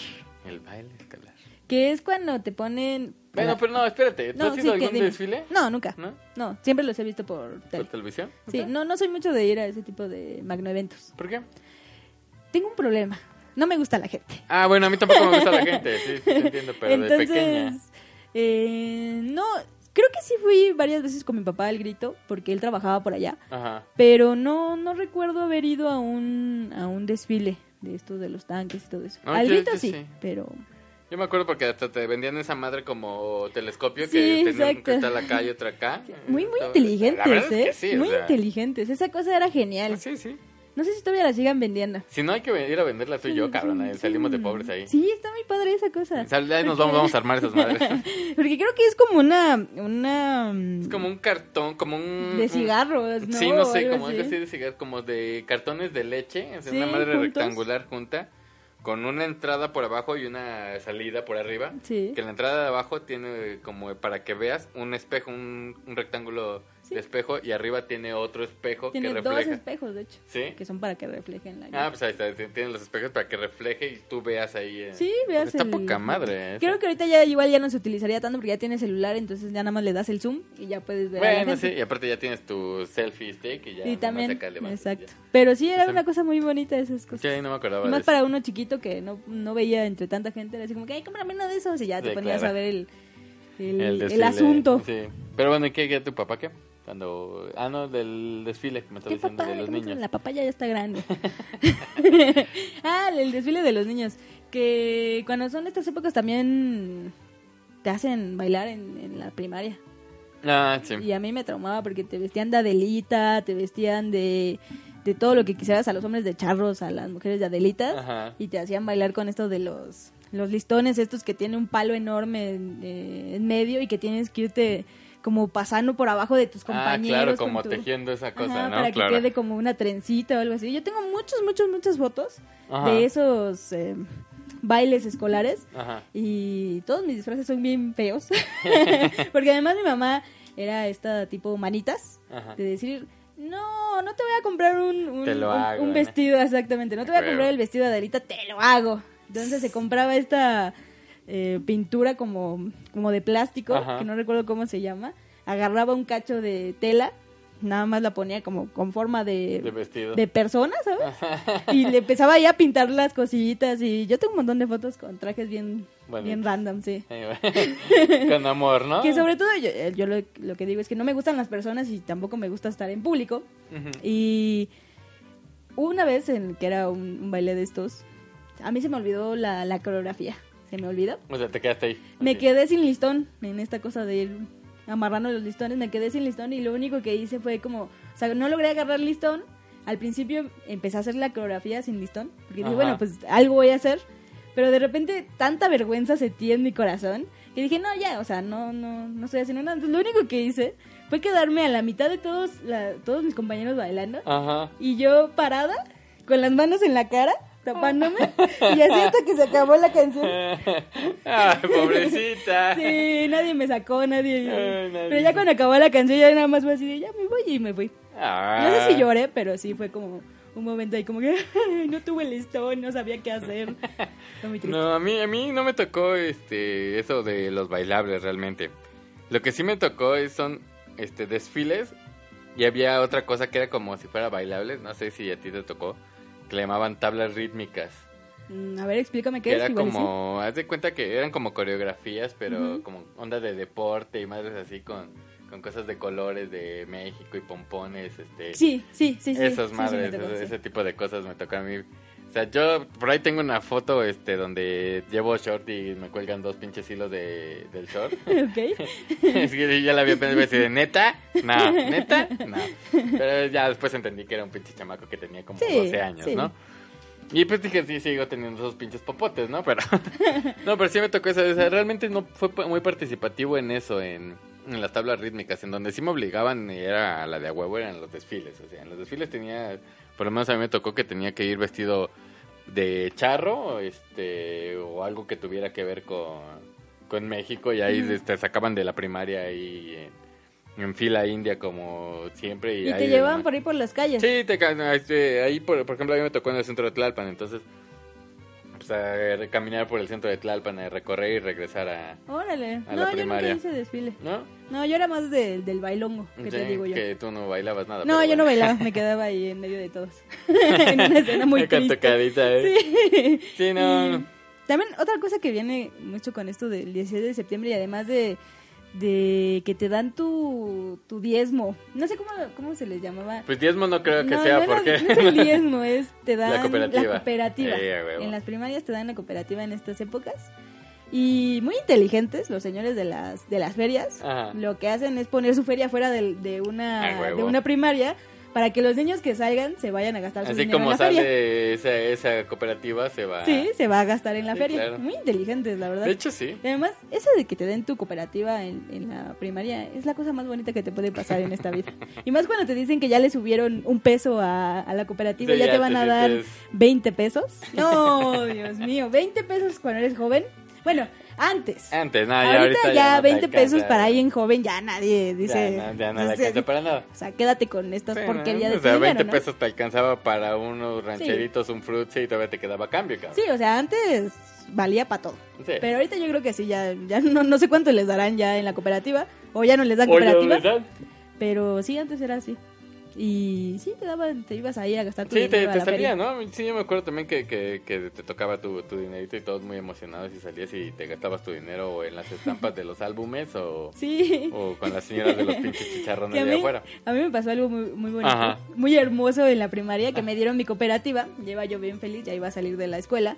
Speaker 1: El baile escolar.
Speaker 2: que es cuando te ponen...
Speaker 1: Bueno, pero no, espérate. ¿Tú
Speaker 2: No,
Speaker 1: has ido a
Speaker 2: sí, que
Speaker 1: algún
Speaker 2: dime.
Speaker 1: desfile?
Speaker 2: No, nunca.
Speaker 1: ¿No?
Speaker 2: No, siempre los he visto por
Speaker 1: ¿Por
Speaker 2: tele.
Speaker 1: televisión?
Speaker 2: Sí, no, no soy mucho de ir a ese tipo de magnoeventos.
Speaker 1: ¿Por qué?
Speaker 2: Tengo un problema. No me gusta la gente.
Speaker 1: Ah, bueno, a mí tampoco me gusta la gente. Sí, te entiendo, pero de
Speaker 2: Entonces,
Speaker 1: pequeña.
Speaker 2: eh, no, creo que sí fui varias veces con mi papá al grito, porque él trabajaba por allá.
Speaker 1: Ajá.
Speaker 2: Pero no, no recuerdo haber ido a un, a un desfile de estos de los tanques y todo eso.
Speaker 1: No,
Speaker 2: al
Speaker 1: yo-
Speaker 2: grito
Speaker 1: yo
Speaker 2: sí,
Speaker 1: sí.
Speaker 2: pero
Speaker 1: Yo me acuerdo porque hasta te vendían esa madre como telescopio
Speaker 2: Sí,
Speaker 1: que tenía un
Speaker 2: exacto.
Speaker 1: cristal acá y otra acá.
Speaker 2: muy, muy
Speaker 1: Estaba- la
Speaker 2: inteligentes,
Speaker 1: verdad es
Speaker 2: ¿eh?
Speaker 1: que sí, o
Speaker 2: muy
Speaker 1: sea,
Speaker 2: inteligentes. Esa cosa era genial.
Speaker 1: Sí, sí.
Speaker 2: No sé si todavía la sigan vendiendo.
Speaker 1: Si no hay que ir a venderla tú y yo, cabrón. eh, Salimos de pobres ahí.
Speaker 2: Sí, está muy padre esa cosa.
Speaker 1: Sal- ahí nos vamos, vamos a armar esas madres.
Speaker 2: Porque creo que es como una... una mm,
Speaker 1: Es como un cartón, como un...
Speaker 2: de
Speaker 1: un-
Speaker 2: cigarros, ¿no?
Speaker 1: Sí, no
Speaker 2: O
Speaker 1: sé,
Speaker 2: algo
Speaker 1: como algo
Speaker 2: así.
Speaker 1: así de cigarro, como de cartones de leche, es
Speaker 2: Sí,
Speaker 1: una madre
Speaker 2: juntos.
Speaker 1: rectangular junta, con una entrada por abajo y una salida por arriba.
Speaker 2: Sí.
Speaker 1: Que la entrada de abajo tiene como para que veas un espejo, un, un rectángulo
Speaker 2: Sí.
Speaker 1: de espejo y arriba tiene otro espejo
Speaker 2: Tiene
Speaker 1: que
Speaker 2: dos
Speaker 1: refleja.
Speaker 2: espejos, de hecho,
Speaker 1: ¿Sí?
Speaker 2: que son para que reflejen la
Speaker 1: Ah, pues ahí está, t- tienen los espejos para que refleje y tú veas ahí. eh.
Speaker 2: Sí, veas
Speaker 1: Está
Speaker 2: el-
Speaker 1: poca madre. eh.
Speaker 2: Creo que ahorita ya igual ya no se utilizaría tanto porque ya tienes celular, entonces ya nada más le das el zoom y ya puedes ver. a la
Speaker 1: Bueno, sí,
Speaker 2: gente.
Speaker 1: y aparte ya tienes tu selfie stick y ya.
Speaker 2: Y
Speaker 1: nomás
Speaker 2: también,
Speaker 1: acá levantas y
Speaker 2: exacto. Pero sí, era
Speaker 1: Pues,
Speaker 2: una cosa muy bonita esas
Speaker 1: ya.
Speaker 2: cosas.
Speaker 1: Sí, ahí no me acordaba de
Speaker 2: Más
Speaker 1: eso.
Speaker 2: para uno chiquito que no, no veía entre tanta gente, era así como que, ay, cómprame uno de esos y ya te
Speaker 1: Sí,
Speaker 2: ponías
Speaker 1: claro.
Speaker 2: a ver el, el, el
Speaker 1: desfile,
Speaker 2: asunto.
Speaker 1: Sí. Pero bueno, ¿y ¿qué, qué tu papá qué? Cuando ah no del desfile que me estaba
Speaker 2: ¿Qué
Speaker 1: diciendo
Speaker 2: papá?
Speaker 1: de los
Speaker 2: ¿Cómo se llama?
Speaker 1: niños.
Speaker 2: La papaya ya está grande. ah, el desfile de los niños. Que cuando son estas épocas también te hacen bailar en, en la primaria.
Speaker 1: Ah, sí.
Speaker 2: Y a mí me traumaba porque te vestían de Adelita, te vestían de, de todo lo que quisieras a los hombres de charros, a las mujeres de Adelitas.
Speaker 1: Ajá.
Speaker 2: Y te hacían bailar con esto de los, los listones, estos que tiene un palo enorme en, eh, en medio y que tienes que irte como pasando por abajo de tus
Speaker 1: Ah,
Speaker 2: compañeros.
Speaker 1: claro,
Speaker 2: con
Speaker 1: como
Speaker 2: tu-
Speaker 1: tejiendo esa cosa,
Speaker 2: Ajá,
Speaker 1: ¿no?
Speaker 2: para
Speaker 1: claro.
Speaker 2: que quede como una trencita o algo así. Yo tengo muchos, muchos, muchas fotos
Speaker 1: Ajá.
Speaker 2: de esos eh, bailes escolares
Speaker 1: Ajá.
Speaker 2: y todos mis disfraces son bien feos. Porque además mi mamá era esta tipo manitas
Speaker 1: Ajá.
Speaker 2: de decir, no, no te voy a comprar un, un-
Speaker 1: Te lo
Speaker 2: un-
Speaker 1: hago,
Speaker 2: un
Speaker 1: ¿no?
Speaker 2: vestido, exactamente, no te voy a
Speaker 1: Huevo.
Speaker 2: comprar el vestido de Adelita, te lo hago. Entonces se compraba esta eh, pintura como, como de plástico,
Speaker 1: Ajá.
Speaker 2: que no recuerdo cómo se llama, agarraba un cacho de tela, nada más la ponía como con forma de...
Speaker 1: De vestido.
Speaker 2: de persona, ¿sabes? Y le empezaba ahí a pintar las cosillitas y yo tengo un montón de fotos con trajes bien,
Speaker 1: Bonitos.
Speaker 2: bien random, sí.
Speaker 1: Con amor, ¿no?
Speaker 2: Que sobre todo yo, eh, yo lo, lo que digo es que no me gustan las personas y tampoco me gusta estar en público.
Speaker 1: Ujú.
Speaker 2: Y una vez en que era un, un baile de estos, a mí se me olvidó la, la coreografía. Se me olvidó.
Speaker 1: O sea, te quedaste ahí.
Speaker 2: Me
Speaker 1: así.
Speaker 2: quedé sin listón en esta cosa de ir amarrando los listones. Me quedé sin listón y lo único que hice fue como, o sea, no logré agarrar listón. Al principio empecé a hacer la coreografía sin listón. Porque dije,
Speaker 1: Ajá.
Speaker 2: bueno, pues algo voy a hacer. Pero de repente tanta vergüenza sentí en mi corazón que dije, no, ya, o sea, no, no, no estoy haciendo nada. Entonces lo único que hice fue quedarme a la mitad de todos, la- todos mis compañeros bailando
Speaker 1: Ajá.
Speaker 2: y yo parada, con las manos en la cara, tapándome, y así hasta que se acabó la canción.
Speaker 1: Ay, Ah, pobrecita.
Speaker 2: Sí, nadie me sacó, nadie.
Speaker 1: Ay, nadie.
Speaker 2: Pero ya cuando acabó la canción, ya nada más fue así de, ya me voy y me fui.
Speaker 1: Ah.
Speaker 2: No sé si lloré, pero sí fue como un momento ahí como que no tuve listón, no sabía qué hacer. Fue muy triste.
Speaker 1: No, a mí, a mí no me tocó este eso de los bailables realmente. Lo que sí me tocó es, son este desfiles y había otra cosa que era como si fuera bailables, no sé si a ti te tocó, que le llamaban tablas rítmicas.
Speaker 2: Mm, A ver, explícame qué
Speaker 1: Que
Speaker 2: es.
Speaker 1: era
Speaker 2: igual y sí.
Speaker 1: como, haz de cuenta que eran como coreografías, pero
Speaker 2: Ujú.
Speaker 1: como onda de deporte y madres así con, con cosas de colores de México y pompones, este
Speaker 2: Sí, sí, sí, sí.
Speaker 1: esas
Speaker 2: sí, sí,
Speaker 1: madres,
Speaker 2: me tocó,
Speaker 1: ese,
Speaker 2: sí.
Speaker 1: ese tipo de cosas me toca a mí. O sea, yo por ahí tengo una foto este donde llevo short y me cuelgan dos pinches hilos de, del short.
Speaker 2: Ok.
Speaker 1: es que yo ya la había pensado y decía, de neta, no, neta, no. Pero ya después entendí que era un pinche chamaco que tenía como
Speaker 2: Sí,
Speaker 1: 12 años,
Speaker 2: sí.
Speaker 1: ¿no? Y pues dije, sí, sigo teniendo esos pinches popotes, ¿no? Pero no, pero sí me tocó eso. O sea, realmente no fue pa- muy participativo en eso, en, en las tablas rítmicas, en donde sí me obligaban, y era a la de a huevo, eran los desfiles. O sea, en los desfiles tenía, por lo menos a mí me tocó que tenía que ir vestido de charro, o este, o algo que tuviera que ver con, con México, y ahí
Speaker 2: Ujú.
Speaker 1: este, sacaban de la primaria ahí en, en fila india, como siempre. Y,
Speaker 2: Y te
Speaker 1: ahí-
Speaker 2: llevaban por ahí por las calles.
Speaker 1: Sí, te, ca- este, ahí, por, por ejemplo, a mí me tocó en el centro de Tlalpan, entonces pues, pues, a caminar por el centro de Tlalpan, a recorrer y regresar a...
Speaker 2: Órale.
Speaker 1: A la
Speaker 2: no, yo nunca
Speaker 1: primaria.
Speaker 2: hice desfile.
Speaker 1: ¿No?
Speaker 2: No, yo era más del- del bailongo, que te
Speaker 1: Sí,
Speaker 2: digo yo.
Speaker 1: Que tú no bailabas nada.
Speaker 2: No,
Speaker 1: pero
Speaker 2: yo no
Speaker 1: bueno.
Speaker 2: bailaba, me quedaba ahí en medio de todos. en una escena muy
Speaker 1: Con tu
Speaker 2: triste.
Speaker 1: carita, ¿eh?
Speaker 2: Sí.
Speaker 1: Sí, no.
Speaker 2: Y También otra cosa que viene mucho con esto del 16 de septiembre y además de, de que te dan tu, tu diezmo. No sé cómo, cómo se les llamaba.
Speaker 1: Pues diezmo no creo que
Speaker 2: no,
Speaker 1: sea
Speaker 2: no era-
Speaker 1: porque...
Speaker 2: no es el diezmo, es te dan
Speaker 1: cooperativa.
Speaker 2: cooperativa.
Speaker 1: Eh, a huevo.
Speaker 2: en las primarias te dan la cooperativa en estas épocas. Y muy inteligentes los señores de las de las ferias.
Speaker 1: Ajá.
Speaker 2: Lo que hacen es poner su feria fuera de, de
Speaker 1: A
Speaker 2: una
Speaker 1: huevo.
Speaker 2: de una primaria para que los niños que salgan se vayan a gastar su
Speaker 1: Así
Speaker 2: dinero en
Speaker 1: como
Speaker 2: la feria.
Speaker 1: sale esa, esa cooperativa, se va...
Speaker 2: Sí, se va a gastar en la
Speaker 1: Sí,
Speaker 2: feria.
Speaker 1: claro.
Speaker 2: Muy inteligentes, la verdad.
Speaker 1: De hecho, sí.
Speaker 2: Y además, eso de que te den tu cooperativa en, en la primaria es la cosa más bonita que te puede pasar en esta vida. Y más cuando te dicen que ya le subieron un peso a, a la cooperativa y
Speaker 1: Sí,
Speaker 2: ya,
Speaker 1: ya
Speaker 2: te van
Speaker 1: te
Speaker 2: a dar
Speaker 1: sientes-
Speaker 2: 20 pesos. No, Dios mío, 20 pesos cuando eres joven. Bueno, antes.
Speaker 1: Antes, nada,
Speaker 2: ahorita, ya,
Speaker 1: no te
Speaker 2: 20 pesos
Speaker 1: alcanza.
Speaker 2: para alguien joven, ya nadie
Speaker 1: Ya,
Speaker 2: dice.
Speaker 1: no, ya nada
Speaker 2: o sea,
Speaker 1: alcanza para nada.
Speaker 2: o sea, quédate con estas
Speaker 1: Sí, ¿no?
Speaker 2: porquerías de
Speaker 1: O sea,
Speaker 2: tu
Speaker 1: 20
Speaker 2: dinero, ¿no?
Speaker 1: pesos te alcanzaba para unos rancheritos, un frutzi y todavía te quedaba cambio, cabrón.
Speaker 2: Sí, o sea, antes valía para todo.
Speaker 1: Sí.
Speaker 2: Pero ahorita yo creo que sí, ya, ya no, no sé cuánto les darán ya en la cooperativa. O ya no les dan
Speaker 1: Oye,
Speaker 2: cooperativa.
Speaker 1: ¿verdad?
Speaker 2: Pero sí, antes era así. Y sí, te daban, te ibas ahí a gastar tu
Speaker 1: Sí, te,
Speaker 2: dinero a
Speaker 1: te
Speaker 2: la feria.
Speaker 1: salía, ¿no? Sí, yo me acuerdo también que, que, que te tocaba tu, tu dinerito y todos muy emocionados y salías y te gastabas tu dinero o en las estampas de los álbumes o,
Speaker 2: Sí.
Speaker 1: o con las señoras de los pinches chicharrones
Speaker 2: Que a
Speaker 1: de
Speaker 2: mí-
Speaker 1: afuera.
Speaker 2: A mí me pasó algo muy, muy bonito,
Speaker 1: Ajá.
Speaker 2: muy hermoso en la primaria, que me dieron mi cooperativa. Lleva yo bien feliz, ya iba a salir de la escuela.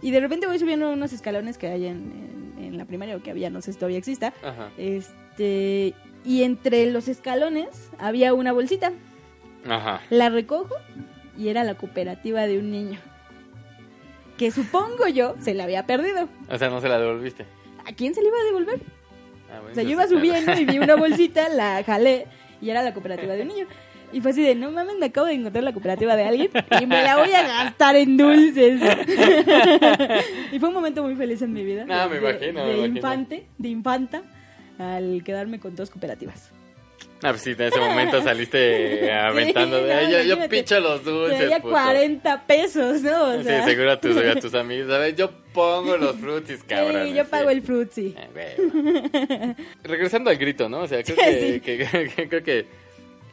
Speaker 2: Y de repente voy subiendo unos escalones que hay en, en- en la primaria, o que había, no sé si todavía exista.
Speaker 1: Ajá.
Speaker 2: Este, y entre los escalones había una bolsita.
Speaker 1: Ajá.
Speaker 2: La recojo y era la cooperativa de un niño. Que supongo yo se la había perdido.
Speaker 1: O sea, no se la devolviste.
Speaker 2: ¿A quién se le iba a devolver?
Speaker 1: Ah, bueno,
Speaker 2: O sea,
Speaker 1: entonces,
Speaker 2: yo iba
Speaker 1: claro.
Speaker 2: subiendo y vi una bolsita, la jalé y era la cooperativa de un niño. Y fue así de, no mames, me acabo de encontrar la cooperativa de alguien y me la voy a gastar en dulces. y fue un momento muy feliz en mi vida.
Speaker 1: No, Ah, me
Speaker 2: De-
Speaker 1: imagino,
Speaker 2: De,
Speaker 1: me imagino.
Speaker 2: infante, de infanta, al quedarme con dos cooperativas.
Speaker 1: Ah, pues sí, en ese momento saliste aventando.
Speaker 2: Sí,
Speaker 1: de, "Ay,
Speaker 2: no,
Speaker 1: yo- yo,
Speaker 2: imagínate.
Speaker 1: picho los dulces.
Speaker 2: Traía
Speaker 1: puto".
Speaker 2: 40 pesos, ¿no? O sea,
Speaker 1: Sí, seguro a tus, a tus amigos. A ver, yo pongo los frutis, cabrón.
Speaker 2: sí, yo pago el frutzi.
Speaker 1: Eh, Regresando al grito, ¿no? O sea, creo
Speaker 2: Sí,
Speaker 1: que,
Speaker 2: sí.
Speaker 1: que- que- creo que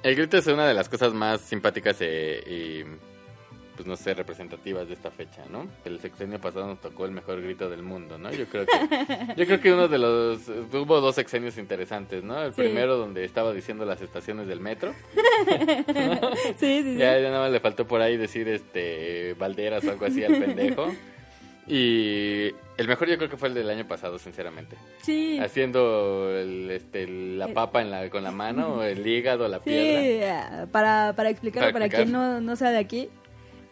Speaker 1: el grito es una de las cosas más simpáticas eh, y, pues no sé, representativas de esta fecha, ¿no? El sexenio pasado nos tocó el mejor grito del mundo, ¿no? Yo creo que, yo creo que uno de los... Hubo dos sexenios interesantes, ¿no? El
Speaker 2: Sí.
Speaker 1: primero donde estaba diciendo las estaciones del metro.
Speaker 2: Sí, sí, sí.
Speaker 1: Ya, ya nada más le faltó por ahí decir este balderas o algo así al pendejo. Y el mejor yo creo que fue el del año pasado, sinceramente.
Speaker 2: Sí.
Speaker 1: Haciendo el, este, la papa en la, con la mano, el hígado, la
Speaker 2: Sí,
Speaker 1: piedra.
Speaker 2: ah, para, para explicarlo,
Speaker 1: Para
Speaker 2: para,
Speaker 1: explicar.
Speaker 2: quien no, no sea de aquí,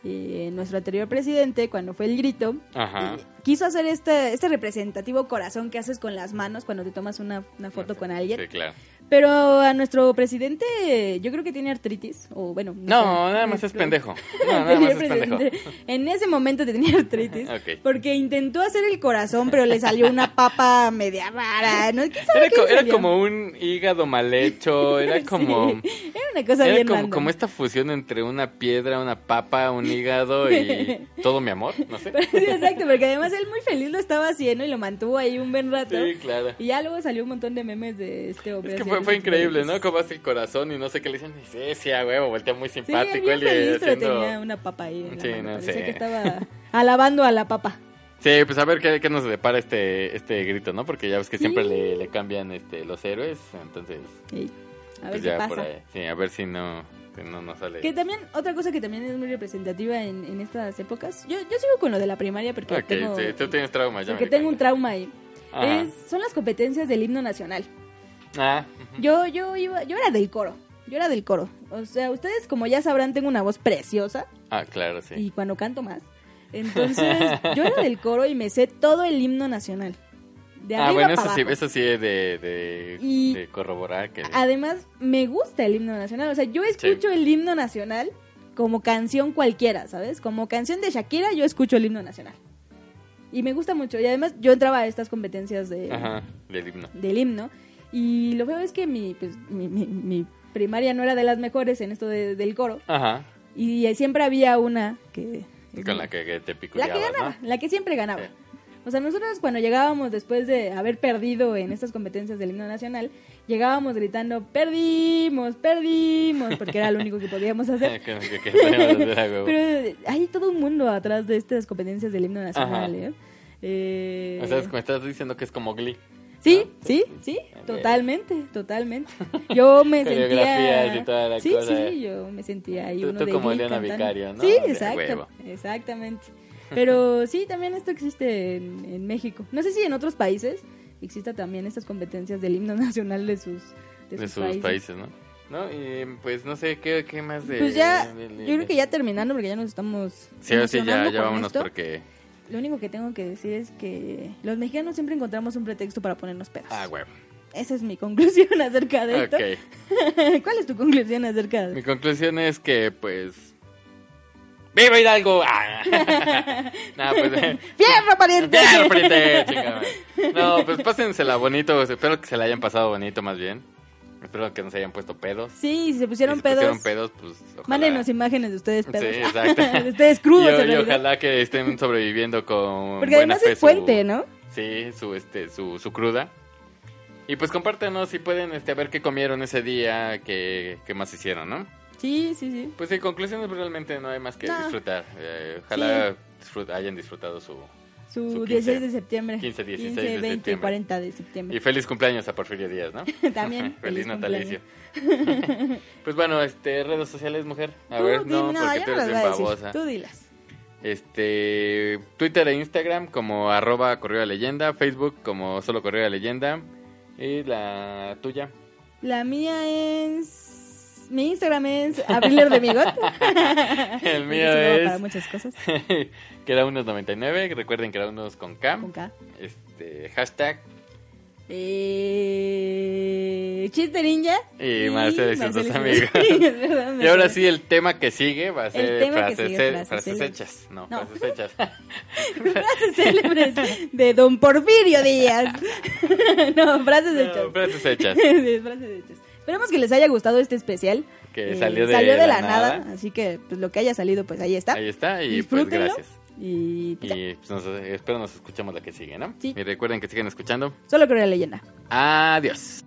Speaker 2: eh, nuestro anterior presidente, cuando fue el grito,
Speaker 1: Ajá.
Speaker 2: eh, quiso hacer este, este representativo corazón que haces con las manos cuando te tomas una, una foto con alguien.
Speaker 1: Sí, claro.
Speaker 2: Pero a nuestro presidente, eh, yo creo que tiene artritis, o bueno.
Speaker 1: No,
Speaker 2: sé,
Speaker 1: nada más es
Speaker 2: nuestro-
Speaker 1: pendejo. No, nada más es pendejo.
Speaker 2: anterior presidente, En ese momento tenía artritis.
Speaker 1: Ok.
Speaker 2: Porque intentó hacer el corazón, pero le salió una papa media rara. ¿no? ¿Quién sabe
Speaker 1: Era,
Speaker 2: qué
Speaker 1: co-
Speaker 2: le
Speaker 1: era
Speaker 2: salió?
Speaker 1: como un hígado mal hecho, era
Speaker 2: Sí,
Speaker 1: como...
Speaker 2: era una cosa
Speaker 1: Era
Speaker 2: bien
Speaker 1: como,
Speaker 2: random.
Speaker 1: como esta fusión entre una piedra, una papa, un hígado y todo mi amor, no sé.
Speaker 2: Sí, exacto, porque además él muy feliz lo estaba haciendo y lo mantuvo ahí un buen rato.
Speaker 1: Sí, claro.
Speaker 2: Y ya luego salió un montón de memes de este
Speaker 1: Es
Speaker 2: hombre.
Speaker 1: que
Speaker 2: así,
Speaker 1: fue,
Speaker 2: de
Speaker 1: fue
Speaker 2: los
Speaker 1: increíble, ¿no?
Speaker 2: superhéroes.
Speaker 1: Como hace el corazón y no sé qué le dicen. Y Sí, sí, a huevo, voltea muy
Speaker 2: Sí, él
Speaker 1: simpático.
Speaker 2: bien
Speaker 1: él y
Speaker 2: feliz, pero
Speaker 1: haciendo-
Speaker 2: tenía una papa ahí. En la
Speaker 1: Sí,
Speaker 2: mano.
Speaker 1: no
Speaker 2: Parecía
Speaker 1: sé.
Speaker 2: que estaba alabando a la papa.
Speaker 1: Sí, pues a ver qué, qué nos depara este, este grito, ¿no? Porque ya ves que siempre le, le cambian este, los héroes. Entonces,
Speaker 2: Ey, a ver
Speaker 1: pues
Speaker 2: qué
Speaker 1: ya por
Speaker 2: pasa.
Speaker 1: ahí. Sí, a ver si no, si no nos sale.
Speaker 2: Que también, otra cosa que también es muy representativa en, en estas épocas. Yo, yo sigo con lo de la primaria porque
Speaker 1: Ok,
Speaker 2: tengo,
Speaker 1: Ah, sí, tú tienes trauma, ya. me
Speaker 2: porque
Speaker 1: di
Speaker 2: tengo un
Speaker 1: cuenta.
Speaker 2: trauma ahí.
Speaker 1: Ajá.
Speaker 2: Es- son las competencias del himno nacional.
Speaker 1: Ah, ujú.
Speaker 2: Yo, yo iba, yo era del coro. Yo era del coro. O sea, ustedes como ya sabrán, tengo una voz preciosa
Speaker 1: ah, claro, sí.
Speaker 2: y cuando canto más. Entonces, yo era del coro y me sé todo el himno nacional. De arriba
Speaker 1: ah, bueno,
Speaker 2: para
Speaker 1: eso sí,
Speaker 2: abajo.
Speaker 1: eso sí es de, de,
Speaker 2: Y- Ah,
Speaker 1: de corroborar que...
Speaker 2: Además, me gusta el himno nacional. O sea, yo escucho el himno nacional como canción cualquiera, ¿sabes? Como canción de Shakira, yo escucho el himno nacional. Y me gusta mucho. Y además, yo entraba a estas competencias de,
Speaker 1: Ajá, del himno.
Speaker 2: del himno. Y lo feo es que mi, pues, mi, mi- mi primaria no era de las mejores en esto de- del coro.
Speaker 1: Ajá.
Speaker 2: Y siempre había una que,
Speaker 1: Con la que, que te
Speaker 2: La que
Speaker 1: picureabas,
Speaker 2: ganaba,
Speaker 1: ¿no?
Speaker 2: la que siempre ganaba.
Speaker 1: Sí.
Speaker 2: O sea, nosotros cuando llegábamos después de haber perdido en estas competencias del himno nacional, llegábamos gritando, perdimos, perdimos, porque era lo único que podíamos hacer.
Speaker 1: Que- que- que teníamos de la huevo.
Speaker 2: Pero hay todo un mundo atrás de estas competencias del himno nacional,
Speaker 1: Ajá.
Speaker 2: ¿eh? Eh,
Speaker 1: O sea, es- me estás diciendo que es como Glee.
Speaker 2: Sí, sí, sí,
Speaker 1: Ok.
Speaker 2: totalmente, totalmente. Yo me
Speaker 1: Coreografías
Speaker 2: sentía.
Speaker 1: y toda la
Speaker 2: sí,
Speaker 1: cosa,
Speaker 2: sí,
Speaker 1: eh.
Speaker 2: yo me sentía ahí
Speaker 1: Tú-
Speaker 2: uno
Speaker 1: tú
Speaker 2: de
Speaker 1: como
Speaker 2: Glee
Speaker 1: Eliana
Speaker 2: cantando.
Speaker 1: Vicario, ¿no?
Speaker 2: Sí,
Speaker 1: De
Speaker 2: exacto,
Speaker 1: huevo.
Speaker 2: exactamente. Pero sí, también esto existe en, en México. No sé si en otros países exista también estas competencias del himno nacional de sus, de
Speaker 1: de,
Speaker 2: sus
Speaker 1: sus países, ¿no? ¿No? Y pues no sé, ¿qué, qué más de...?
Speaker 2: Pues ya,
Speaker 1: de- de-
Speaker 2: yo creo que ya terminando porque ya nos estamos.
Speaker 1: Sí, ahora sí, ya,
Speaker 2: emocionando
Speaker 1: ya
Speaker 2: con
Speaker 1: vámonos
Speaker 2: esto.
Speaker 1: porque...
Speaker 2: Lo único que tengo que decir es que los mexicanos siempre encontramos un pretexto para ponernos pedos.
Speaker 1: Ah, huevo.
Speaker 2: Esa es mi conclusión acerca de esto.
Speaker 1: Ok.
Speaker 2: ¿Cuál es tu conclusión acerca
Speaker 1: Mi
Speaker 2: de
Speaker 1: conclusión es que, pues... ¡Viva Hidalgo! Ah. no, pues...
Speaker 2: ¡Fierro, pariente!
Speaker 1: ¡Bien, frente, chingada madre! No, pues pásensela bonito. pues, Espero que se la hayan pasado bonito, más bien. Espero que no se hayan puesto pedos.
Speaker 2: Sí, si se pusieron
Speaker 1: Hicieron
Speaker 2: pedos,
Speaker 1: pusieron pedos, pues ojalá...
Speaker 2: mándenos imágenes de ustedes pedos.
Speaker 1: Sí, exacto.
Speaker 2: de ustedes crudos,
Speaker 1: Y-
Speaker 2: en
Speaker 1: y
Speaker 2: realidad.
Speaker 1: ojalá que estén sobreviviendo con
Speaker 2: Porque
Speaker 1: buena
Speaker 2: además
Speaker 1: fe
Speaker 2: es
Speaker 1: su-
Speaker 2: puente, ¿no?
Speaker 1: Sí, su, este, su, su cruda. Y pues compártanos si pueden este, a ver qué comieron ese día, qué, qué más hicieron, ¿no?
Speaker 2: Sí, sí, sí.
Speaker 1: Pues en conclusiones realmente no hay más que
Speaker 2: No.
Speaker 1: disfrutar. Eh, ojalá disfrut- hayan disfrutado su...
Speaker 2: Su,
Speaker 1: Su
Speaker 2: 16
Speaker 1: 15,
Speaker 2: de septiembre.
Speaker 1: 15, 16 de
Speaker 2: 20 y
Speaker 1: septiembre.
Speaker 2: 40 de
Speaker 1: Y
Speaker 2: septiembre.
Speaker 1: feliz cumpleaños a Porfirio Díaz, ¿no?
Speaker 2: También.
Speaker 1: feliz natalicio.
Speaker 2: cumpleaños.
Speaker 1: pues bueno, este, redes sociales, mujer. A
Speaker 2: Tú
Speaker 1: ver,
Speaker 2: dime,
Speaker 1: no, porque tú
Speaker 2: yo no
Speaker 1: eres
Speaker 2: las
Speaker 1: bien
Speaker 2: voy a decir.
Speaker 1: babosa.
Speaker 2: Tú dilas.
Speaker 1: Este, Twitter e Instagram como arroba Correo de Leyenda, Facebook como solo Correo de Leyenda y la tuya.
Speaker 2: La mía es... Mi Instagram es Abriler de Migot.
Speaker 1: El mío
Speaker 2: Para
Speaker 1: es
Speaker 2: muchas cosas.
Speaker 1: queda unos 99, recuerden que era unos con K.
Speaker 2: Con K.
Speaker 1: Este, hashtag
Speaker 2: Eh, Chiste Ninja.
Speaker 1: Y Marcelo y sus dos
Speaker 2: Marcelo
Speaker 1: amigos.
Speaker 2: y sus- es verdad,
Speaker 1: y ahora
Speaker 2: Marcelo.
Speaker 1: sí el tema que sigue va a ser
Speaker 2: tema que
Speaker 1: frases,
Speaker 2: sigue,
Speaker 1: he-
Speaker 2: frases
Speaker 1: frases
Speaker 2: célebres.
Speaker 1: hechas, no,
Speaker 2: No.
Speaker 1: frases hechas.
Speaker 2: Frases célebres de Don Porfirio Díaz. no, frases hechas.
Speaker 1: No, frases hechas.
Speaker 2: Sí, frases hechas. Esperemos que les haya gustado este especial.
Speaker 1: Que
Speaker 2: Eh,
Speaker 1: salió de,
Speaker 2: la, nada. Así que pues, lo que haya salido, pues ahí está.
Speaker 1: Ahí está y pues
Speaker 2: Disfrútenlo.
Speaker 1: gracias.
Speaker 2: Y pues,
Speaker 1: Y pues, nos- espero nos escuchamos la que sigue, ¿no?
Speaker 2: Sí.
Speaker 1: Y recuerden que siguen escuchando.
Speaker 2: solo creo la leyenda.
Speaker 1: Adiós.